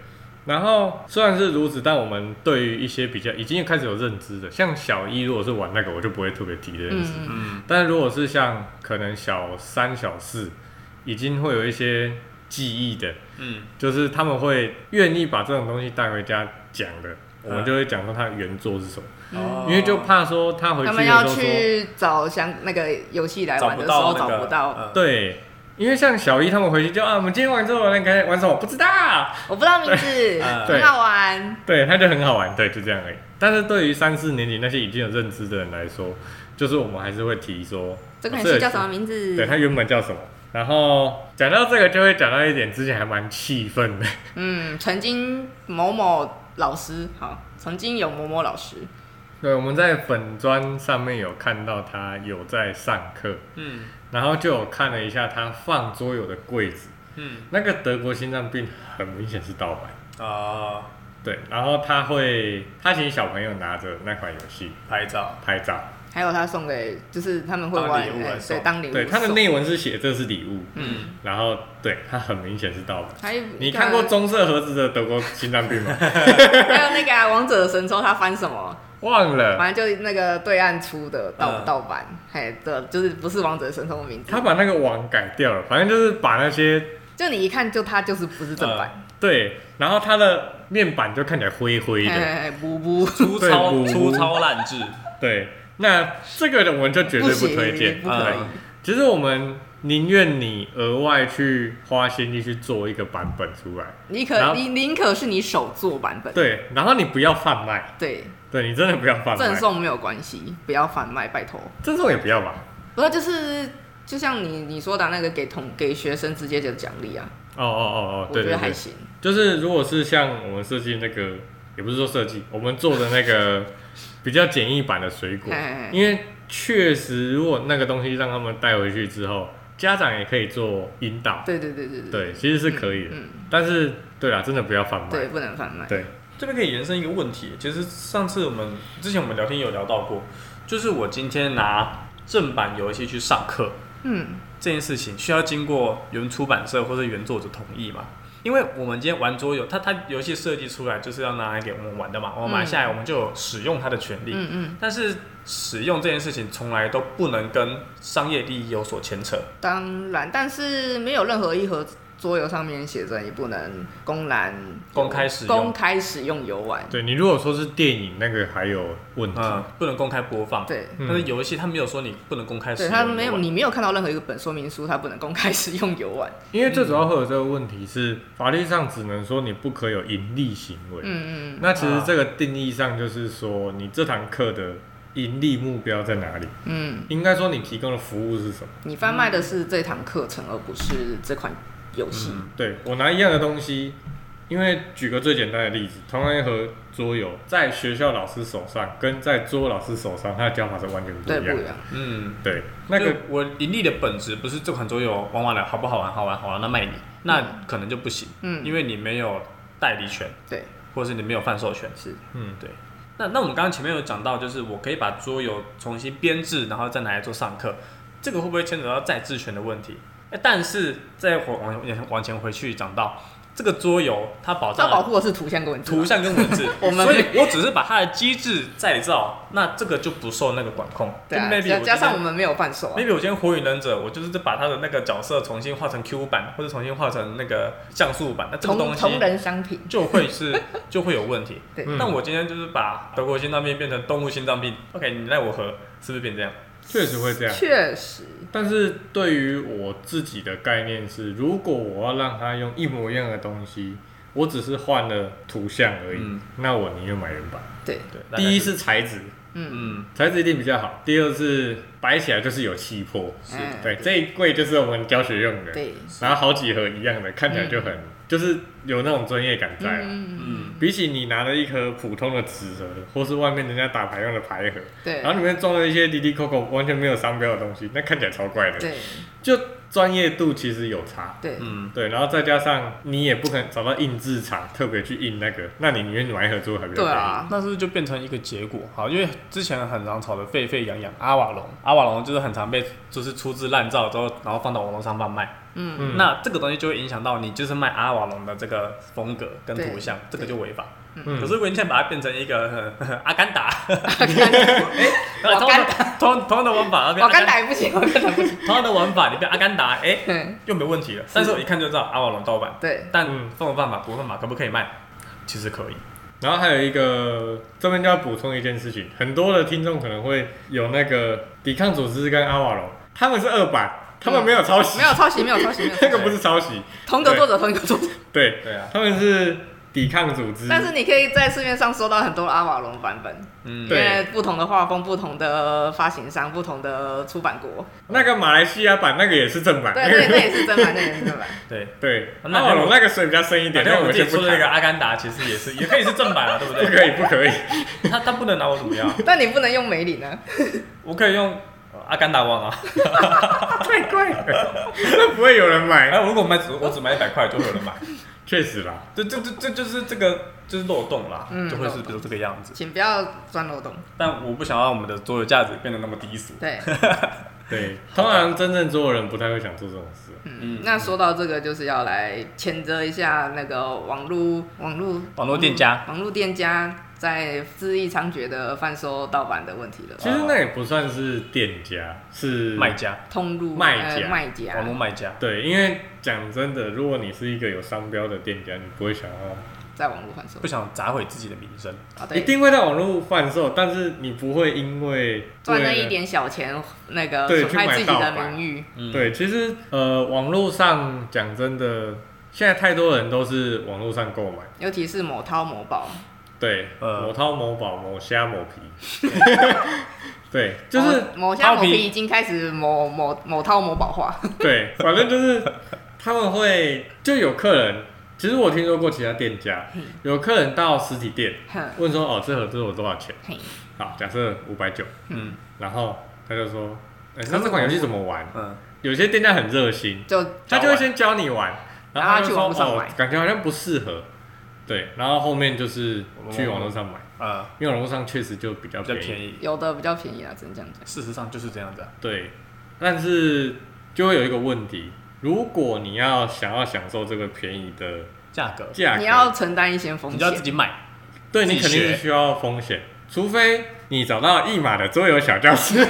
A: 然后虽然是如此，但我们对于一些比较已经开始有认知的，像小一如果是玩那个，我就不会特别提这件事。
E: 嗯。
D: 嗯，
A: 但如果是像可能小三、小四，已经会有一些记忆的，
D: 嗯，
A: 就是他们会愿意把这种东西带回家讲的，我们就会讲说它的原作是什么，
D: 哦
A: 因为就怕说他回去
E: 他
A: 的
E: 们
A: 时候
E: 要
A: 说，
E: 去找相那个游戏来
D: 找
E: 玩的
D: 不
E: 时候
D: 到
E: 找
D: 那
E: 不
D: 个，
E: 到，
D: 嗯，
A: 对，因为像小一他们回去就啊，我们今天玩这玩那个玩什么不知道，啊
E: 我不知道名 字，
D: 嗯
E: 很好玩。
A: 对，他就很好玩，对，就这样而已。但是对于三四年级那些已经有认知的人来说，就是我们还是会提说，
E: 这个
A: 哦
E: 游
A: 这
E: 戏
A: 个
E: 叫什么名字？
A: 对，它原本叫什么？然后讲到这个，就会讲到一点之前还蛮气愤的，
E: 嗯，曾经某某老师，好，曾经有某某老师，
A: 对，我们在粉砖上面有看到他有在上课，
D: 嗯
A: 然后就有看了一下他放桌游的柜子，
D: 嗯，
A: 那个德国心脏病很明显是盗版，
D: 啊，
A: 对，然后他会他请小朋友拿着那款游戏
D: 拍照，
A: 拍照，
E: 还有他送给，就是他们会
D: 当
E: 玩，
D: 礼物
E: 哎
D: 来
E: 对，
D: 送
E: 当礼物送。
A: 对，他的内文是写这是礼物，
E: 嗯，
A: 然后对他很明显是盗版。
E: 还有
A: 你
E: 一个
A: 看过棕色盒子的德国心脏病 吗？
E: 还有那个啊王者的神抽，他翻什么？
A: 忘了，
E: 反正就是那个对岸出的盗
D: 嗯
E: 盗版，嘿，对，就是不是王者的神抽的名字
A: 他，把那个网改掉了，反正就是把那些
E: 就你一看就他就是不是正版，
A: 对，然后它的面板就看起来灰灰
E: 嘿
A: 嗯的，
E: 嘿嘿，不不。
D: 粗糙
A: 对
D: 粗糙烂制，
A: 对，那这个我们就绝对不推荐。
E: 不行可以
A: 对，其实我们宁愿你额外去花心力去做一个版本出来，
E: 你
A: 然
E: 可
A: 后
E: 你宁可是你手做版本，
A: 对，然后你不要贩卖，
E: 对，
A: 对你真的不要贩卖，
E: 赠送没有关系，不要贩卖，拜托。
A: 赠送也不要吧。
E: 不过就是就像你你说的那个给同给学生直接的奖励啊，
A: 哦哦哦哦，
E: 我
A: 对
E: 觉
A: 对
E: 得还
A: 对，
E: 行。
A: 就是如果是像我们设计那个，也不是说设计，我们做的那个 比较简易版的水果
E: 嘿嘿嘿，
A: 因为确实如果那个东西让他们带回去之后，家长也可以做引导，
E: 对对对对对
A: 对，其实是可以的。
E: 嗯，
A: 但是，对啦，真的不要贩卖。
E: 对，不能贩卖。
A: 对
D: 这边可以延伸一个问题，其实上次我们之前我们聊天有聊到过，就是我今天拿正版游戏去上课
E: 嗯，
D: 这件事情，需要经过原出版社或者原作者同意嘛？因为我们今天玩桌游，它它游戏设计出来就是要拿来给我们玩的嘛，我们买下来我们就有使用它的权利。
E: 嗯嗯，
D: 但是使用这件事情从来都不能跟商业利益有所牵扯。
E: 当然，但是没有任何一盒桌游上面写着你不能公然
D: 公开使用
E: 公开使用游玩。
A: 对，你如果说是电影那个还有问题，
D: 嗯，不能公开播放。，
E: 对。
A: 嗯
D: 但是游戏它没有说你不能公开使
E: 对
D: 用。
E: 他没有，你没有看到任何一个本说明书，他不能公开使用游 玩。
A: 因为最主要会有这个问题是，法律上只能说你不可有盈利行为。
E: 嗯嗯
A: 那其实这个定义上就是说，你这堂课的盈利目标在哪里？
E: 嗯，
A: 应该说你提供的服务是什么？
E: 你贩卖的是这堂课程，而不是这款游戏。
D: 嗯
A: 对我拿一样的东西，因为举个最简单的例子，同样一盒桌游，在学校老师手上跟在桌老师手上，它的教法是完全不
E: 对，
A: 一样
E: 不一
A: 的。
E: 样。
D: 嗯，
A: 对，那个
D: 就我盈利的本质不是这款桌游玩完了好不好玩，好玩好玩，那卖你，那可能就不行，
E: 嗯，
D: 因为你没有代理权，
E: 对，
D: 或者是你没有贩售权。
E: 是，
A: 嗯，
D: 对。那那我们刚刚前面有讲到，就是我可以把桌游重新编制，然后再拿来做上课，这个会不会牵扯到再制权的问题？哎，但是再往往往前回去讲到这个桌游，它保障
E: 它
D: 了
E: 保护的是图像跟文字嘛。啊
D: 图像跟文字，
E: 我们
D: 所以我只是把它的机制再造，那这个就不受那个管控。
E: 对啊，
D: 就 maybe
E: 加加上我
D: 我
E: 们没有贩售啊。
D: 今天 maybe 我今天火影忍者，我就是把它的那个角色重新画成 Q 版，或者重新画成那个像素版，那这个
E: 同
D: 东
E: 同
D: 西
E: 人商品，
D: 就会是 就会有问题。
E: 对
D: 那我今天就是把德国心脏病变成动物心脏病，OK，你奈我何？是不是变这样？
A: 确实会这样。
D: 啊
E: 确实，
A: 但是对于我自己的概念是，如果我要让他用一模一样的东西，我只是换了图像而已，
D: 嗯
A: 那我宁愿买原版。
E: 对，
D: 对，大概
A: 第一，是材质，
D: 嗯，
A: 材质一定比较好；第二是摆起来就是有气魄，
E: 是
A: 对，这一柜就是我们教学用的，
E: 嗯对，
A: 然后好几盒一样的，看起来就很、就是有那种专业感在、啊。
E: 嗯，
A: 比起你拿了一颗普通的纸盒，或是外面人家打牌用的牌盒，
E: 对
A: 然后里面装了一些滴滴扣扣完全没有商标的东西，那看起来超怪的。
E: 对
A: 就专业度其实有差。
E: 对，
D: 嗯，
A: 对，然后再加上你也不可能找到印制厂特别去印那个，那你宁愿买一盒做还比较
E: 对
A: 便宜。
E: 啊，
D: 那是不是就变成一个结果？好，因为之前很常吵得沸沸扬扬，阿瓦隆，阿瓦隆就是很常被就是粗制滥造之后，然后放到网络上贩卖。
E: 嗯，
A: 嗯，
D: 那这个东西就会影响到你就是卖阿瓦隆的这个风格跟
E: 对
D: 图像，这个就违法。
A: 嗯
D: 可是如果你现在把它变成一个 呵呵阿甘达， 哎，
E: 瓦
D: 同
E: 甘
D: 样的同同样的玩法，然后变
E: 我刚
D: 阿甘
E: 打也不行，我 刚打不行，
D: 同样的玩法，你变阿甘达，哎，
E: 对
D: 又没问题了。但是我一看就知道阿瓦隆盗版，
E: 对，
D: 但
A: 嗯
D: 犯不犯法，不犯法，可不可以卖？其实可以。
A: 然后还有一个这边就要补充一件事情，很多的听众可能会有那个抵抗组织跟阿瓦隆，他们是二版，他们没有抄袭，
E: 嗯没有抄袭，没有抄袭， 没有抄
A: 那
E: 袭
A: 个不是抄袭，
E: 同一个作者，同一个作者，
A: 对，
D: 对啊，
A: 他们是抵抗组织，
E: 但是你可以在市面上搜到很多阿瓦隆版本，
D: 嗯
E: 因
A: 对
E: 为不同的画风、不同的发行商、不同的出版 国，
A: 那个马来西亚版那个也是正版，
E: 对，那那也是真版，那也是真版，
D: 对。
A: 对，
D: 那
A: 阿瓦隆那个水比较 深一
D: 哪
A: 点，
D: 天
A: 那
D: 我
A: 我
D: 自己
A: 先
D: 出
A: 不
D: 的那
A: 谈
D: 个，阿甘达，其实也是也 可以是正版啊，对 不
A: 不
D: 对？
A: 可以，不 可以，
D: 他他不能拿我怎么样，
E: 但你不能用啊梅里呢，
D: 我可以用呃阿甘达王啊。
A: 太贵了， 那不会有人买
D: 哎，。我如果卖只我只卖一百块，就会有人买。
A: 确实啦，
D: 这这这这就是这个就是漏洞啦，
E: 嗯
D: 就会是
E: 漏洞
D: 比如这个样子。
E: 请不要钻漏洞，
D: 但我不想让我们的桌游价值变得那么低俗。
E: 对。
A: 对，通常真正做的人不太会想做这种事。
D: 嗯，
E: 那说到这个，就是要来谴责一下那个网络网络嗯
D: 网络店家
E: 网络店家在恣意猖獗的贩售盗版的问题了。
A: 其实那也不算是店家，
E: 嗯
A: 是
D: 卖。家，
E: 通路
A: 卖
E: 呃
A: 家
E: 卖
D: 网络
E: 家
D: 卖家，
A: 对，因为讲真的，如果你是一个有商标的店家，你不会想要，
E: 在网络贩售
D: 不想砸毁自己的名声。
E: 啊，
A: 一
E: 对，
A: 定会在网络贩售，但是你不会因为
E: 赚
A: 为
E: 那
A: 了
E: 一点小钱，那个
A: 对
E: 损害
A: 去买
E: 自己
A: 盗
E: 的
A: 版
E: 名誉，
D: 嗯，
A: 对，其实呃，网络上讲真的，现在太多人都是网络上购买，
E: 尤其是某淘某宝，
A: 对，
D: 呃
A: 某淘、某宝、某虾、某皮，对，就是
E: 某某虾
D: 淘
E: 某
D: 皮
E: 皮已经开始某某某淘某宝化，
A: 对，反正就是他们会就有客人，其实我听说过其他店家
E: 嗯
A: 有客人到实体店
E: 哼
A: 问说哦这盒这我多少钱？
E: 嘿，
A: 好，假设五百九，
D: 嗯
A: 然后他就说，哎、那这款游戏怎么玩？
D: 嗯，
A: 有些店家很热心，
E: 就
A: 他就会先教你玩，然后
E: 然后
A: 他就
E: 去
A: 说
E: 网络上
A: 哦
E: 买
A: 感觉好像不适合，对，然后后面就是去网络上买，
D: 呃，
A: 因为网络上确实就比较
D: 比较
A: 便宜，
D: 便宜。
E: 有的比较便宜啊，只能这样讲。
D: 事实上就是这样子啊。
A: 对，但是就会有一个问题，如果你要想要享受这个便宜的
D: 价格，
A: 价格，
E: 你要承担一些风
D: 你就要自
E: 险，
D: 己买。
A: 对你
D: 自
A: 肯
D: 己
A: 定
D: 学
A: 是需要风险，除非你找到一码的桌游小教 室。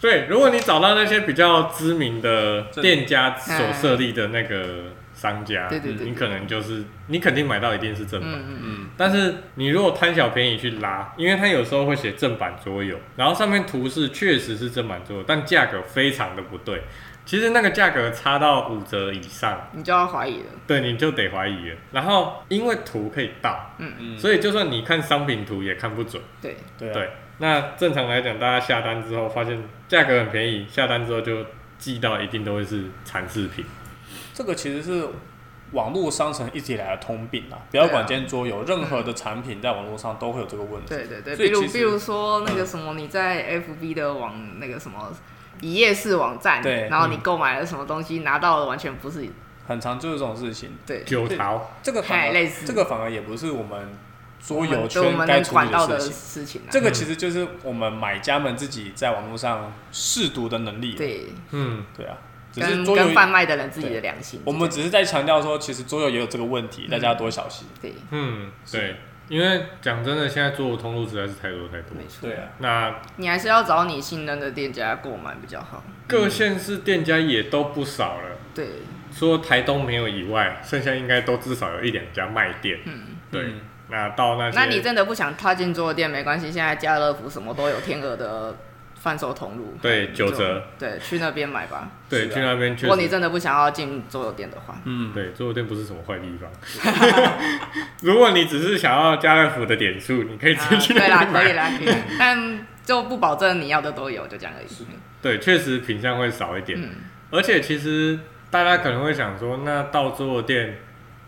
A: 对，如果你找到那些比较知名的店家所设立的那个商家，
E: 对对对
A: 你可能就是你肯定买到一定是正版。
E: 嗯嗯。
D: 嗯，
A: 但是你如果贪小便宜去拉，因为它有时候会写正版桌游，然后上面图示确实是正版桌游，但价格非常的不对。其实那个价格差到五折以上，
E: 你就要怀疑了。
A: 对你就得怀疑了。然后因为图可以盗，
D: 嗯
A: 所以就算你看商品图也看不准。
E: 对，
D: 对啊
A: 对，那正常来讲，大家下单之后发现价格很便宜，下单之后就寄到一定都会是残次品。
C: 这个其实是网络商城一直以来的通病啊，不要管今天桌游，任何的产品在网络上都会有这个问题。
E: 对对对，
C: 所以
E: 比如
C: 其实
E: 比如说那个什么，你在 FB 的网那个什么一页式网站，
C: 对
E: 然后你购买了什么东西，拿到了完全不是
C: 很常就是这种事情。
E: 对，
A: 九桃，
C: 这个反
E: 嗨类
C: 而
E: 似
C: 这个反而也不是我们桌
E: 我
C: 游
E: 们对我
C: 圈
E: 们
C: 该
E: 能
C: 处
E: 管
C: 理
E: 到
C: 的
E: 的
C: 事情。
E: 事情啊。
C: 这个其实就是我们买家们自己在网络上试读的能力。啊
E: 对，
A: 嗯，
C: 对啊，只是
E: 跟
C: 桌游
E: 跟贩卖的人自己的良心，
C: 我们只是在强调说，其实桌游也有这个问
E: 嗯
C: 题，大家要多小心。
E: 对，
A: 嗯，对，因为讲真的，现在做的通路实在是太多太多
E: 没。错，
C: 对啊，
A: 那
E: 你还是要找你信任的店家购买比较好。
A: 各县市店家也都不少了，
E: 对，
A: 除了台东没有以外，剩下应该都至少有一两家卖店。
E: 嗯，
A: 对，
C: 嗯
A: 那到那些，
E: 那你真的不想踏进桌游店没关系，现在家乐福什么都有天鹅的贩售通路，
A: 对九
E: 就
A: 折，，
E: 对，去那边买吧。
A: 对，
C: 是啊
A: 去那边确
E: 如果你
A: 实，
E: 真的不想要进桌游店的话，
C: 嗯，
A: 对，桌游店不是什么坏地方。 如果你只是想要家乐福的点数，你可以直接
E: 啊
A: 去那
E: 对啦，
A: 边
E: 可以
A: 买。
E: 啦，可 以啦，但就不保证你要的都有，就这样而已。
A: 对，确实品相会少一点。
E: 嗯，
A: 而且其实大家可能会想说，那到桌游店，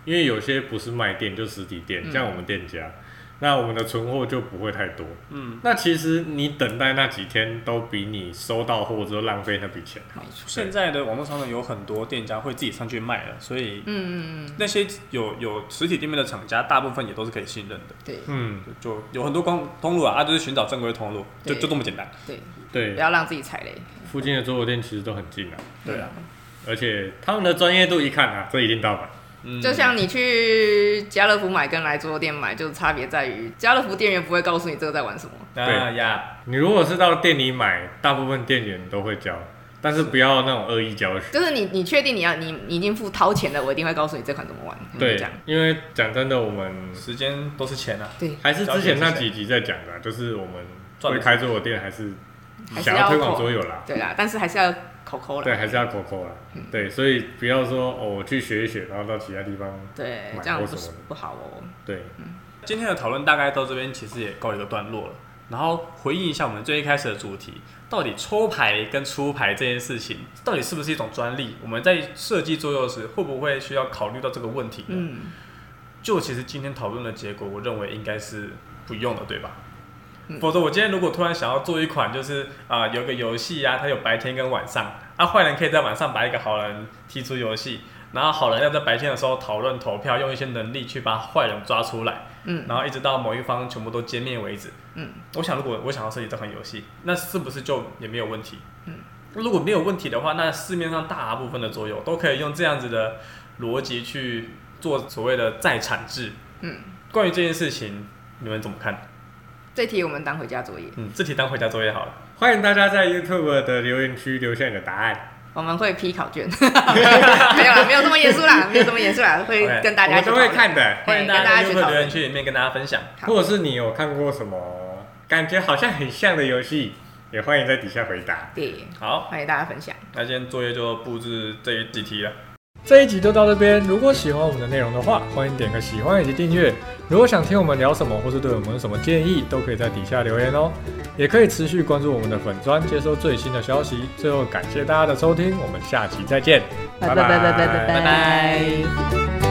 A: 因为有些不是卖店就实体店，
E: 嗯
A: 像我们店家，那我们的存货就不会太多。
C: 嗯，
A: 那其实你等待那几天，都比你收到货之后浪费那笔钱。
E: 没错。
C: 现在的网络商城有很多店家会自己上去卖了，所以
E: 嗯嗯嗯，
C: 那些有有实体店面的厂家，大部分也都是可以信任的。
E: 对
A: 嗯，
C: 就有很多公通路啊，啊就是寻找正规通路，就
E: 对
C: 就这么简单。
E: 对，啊
A: 对
E: 不，要让自己踩雷。
A: 附近的桌游店其实都很近啊，
C: 对啊，
A: 而且他们的专业度一看啊，这一定到满。
C: 嗯
E: 就像你去家乐福买跟来桌游店买，就差别在于家乐福店员不会告诉你这个在玩什么。
C: 啊呀，
A: 你如果是到店里买，大部分店员都会教，但是不要那种恶意教学。
E: 就是你，你确定你要你你已经付掏钱了，我一定会告诉你这款怎么玩。就
A: 对
E: 这样，
A: 因为讲真的，我们
C: 时间都是钱啊。
E: 对，
A: 还是之前那几集在讲的啊、就是我们会开桌游店，还是
E: 还是
A: 想要推广
E: 口
A: 桌游啦，
E: 对啦，但是还是要口口啦。
A: 对，还是要 COCO 啦，
E: 嗯
A: 对，所以不要说哦，我去学一学，然后到其他地方，
E: 对
A: 买
E: 这样
A: 或
E: 不
A: 什么的
E: 不好哦。
A: 对，
D: 今天的讨论大概到这边，其实也告一个段落了。然后回应一下我们最一开始的主题，到底抽牌跟出牌这件事情，到底是不是一种专利？我们在设计桌游时，会不会需要考虑到这个问题呢？
E: 嗯
D: 就其实今天讨论的结果，我认为应该是不用的，对吧？
E: 嗯
D: 否则我今天如果突然想要做一款，就是啊、有一个游戏啊，它有白天跟晚上，啊，坏人可以在晚上把一个好人踢出游戏，然后好人要在白天的时候讨论投票，用一些能力去把坏人抓出来，
E: 嗯
D: 然后一直到某一方全部都歼灭为止。
E: 嗯，
D: 我想如果我想要设计这款游戏，那是不是就也没有问题？
E: 嗯，
D: 如果没有问题的话，那市面上大部分的桌游都可以用这样子的逻辑去做所谓的再产制。
E: 嗯，
D: 关于这件事情，你们怎么看？
E: 这题我们当回家作业，
D: 嗯，这题当回家作业好了。
A: 欢迎大家在 YouTube 的留言区留下你的答案，
E: 我们会批 考卷。没有啦，没有这么严肃啦，没有这么严肃啦， 会
D: OK，
E: 跟
A: 我
E: 大家
A: 们
E: 一
A: 都
E: 起讨
A: 会
E: 论
A: 看的。
D: 欢迎
E: 哎
D: 大
E: 跟大家
D: 家在
E: 去
D: YouTube
E: 讨
D: 留言
E: 论
D: 区里面跟大家分享。
E: 好
A: 或者是你有看过什么感觉好像很像的游戏，也欢迎在底下回答。
E: 对，
D: 好，
E: 欢迎大家分享。
D: 那今天作业就布置这一几题了。
C: 这一集就到这边。如果喜欢我们的内容的话，欢迎点个喜欢以及订阅。如果想听我们聊什么，或是对我们有什么建议，都可以在底下留言哦。也可以持续关注我们的粉专，接收最新的消息。最后感谢大家的收听，我们下期再见。
A: 拜拜拜拜拜拜
B: 拜
E: 拜
B: 拜
E: 拜。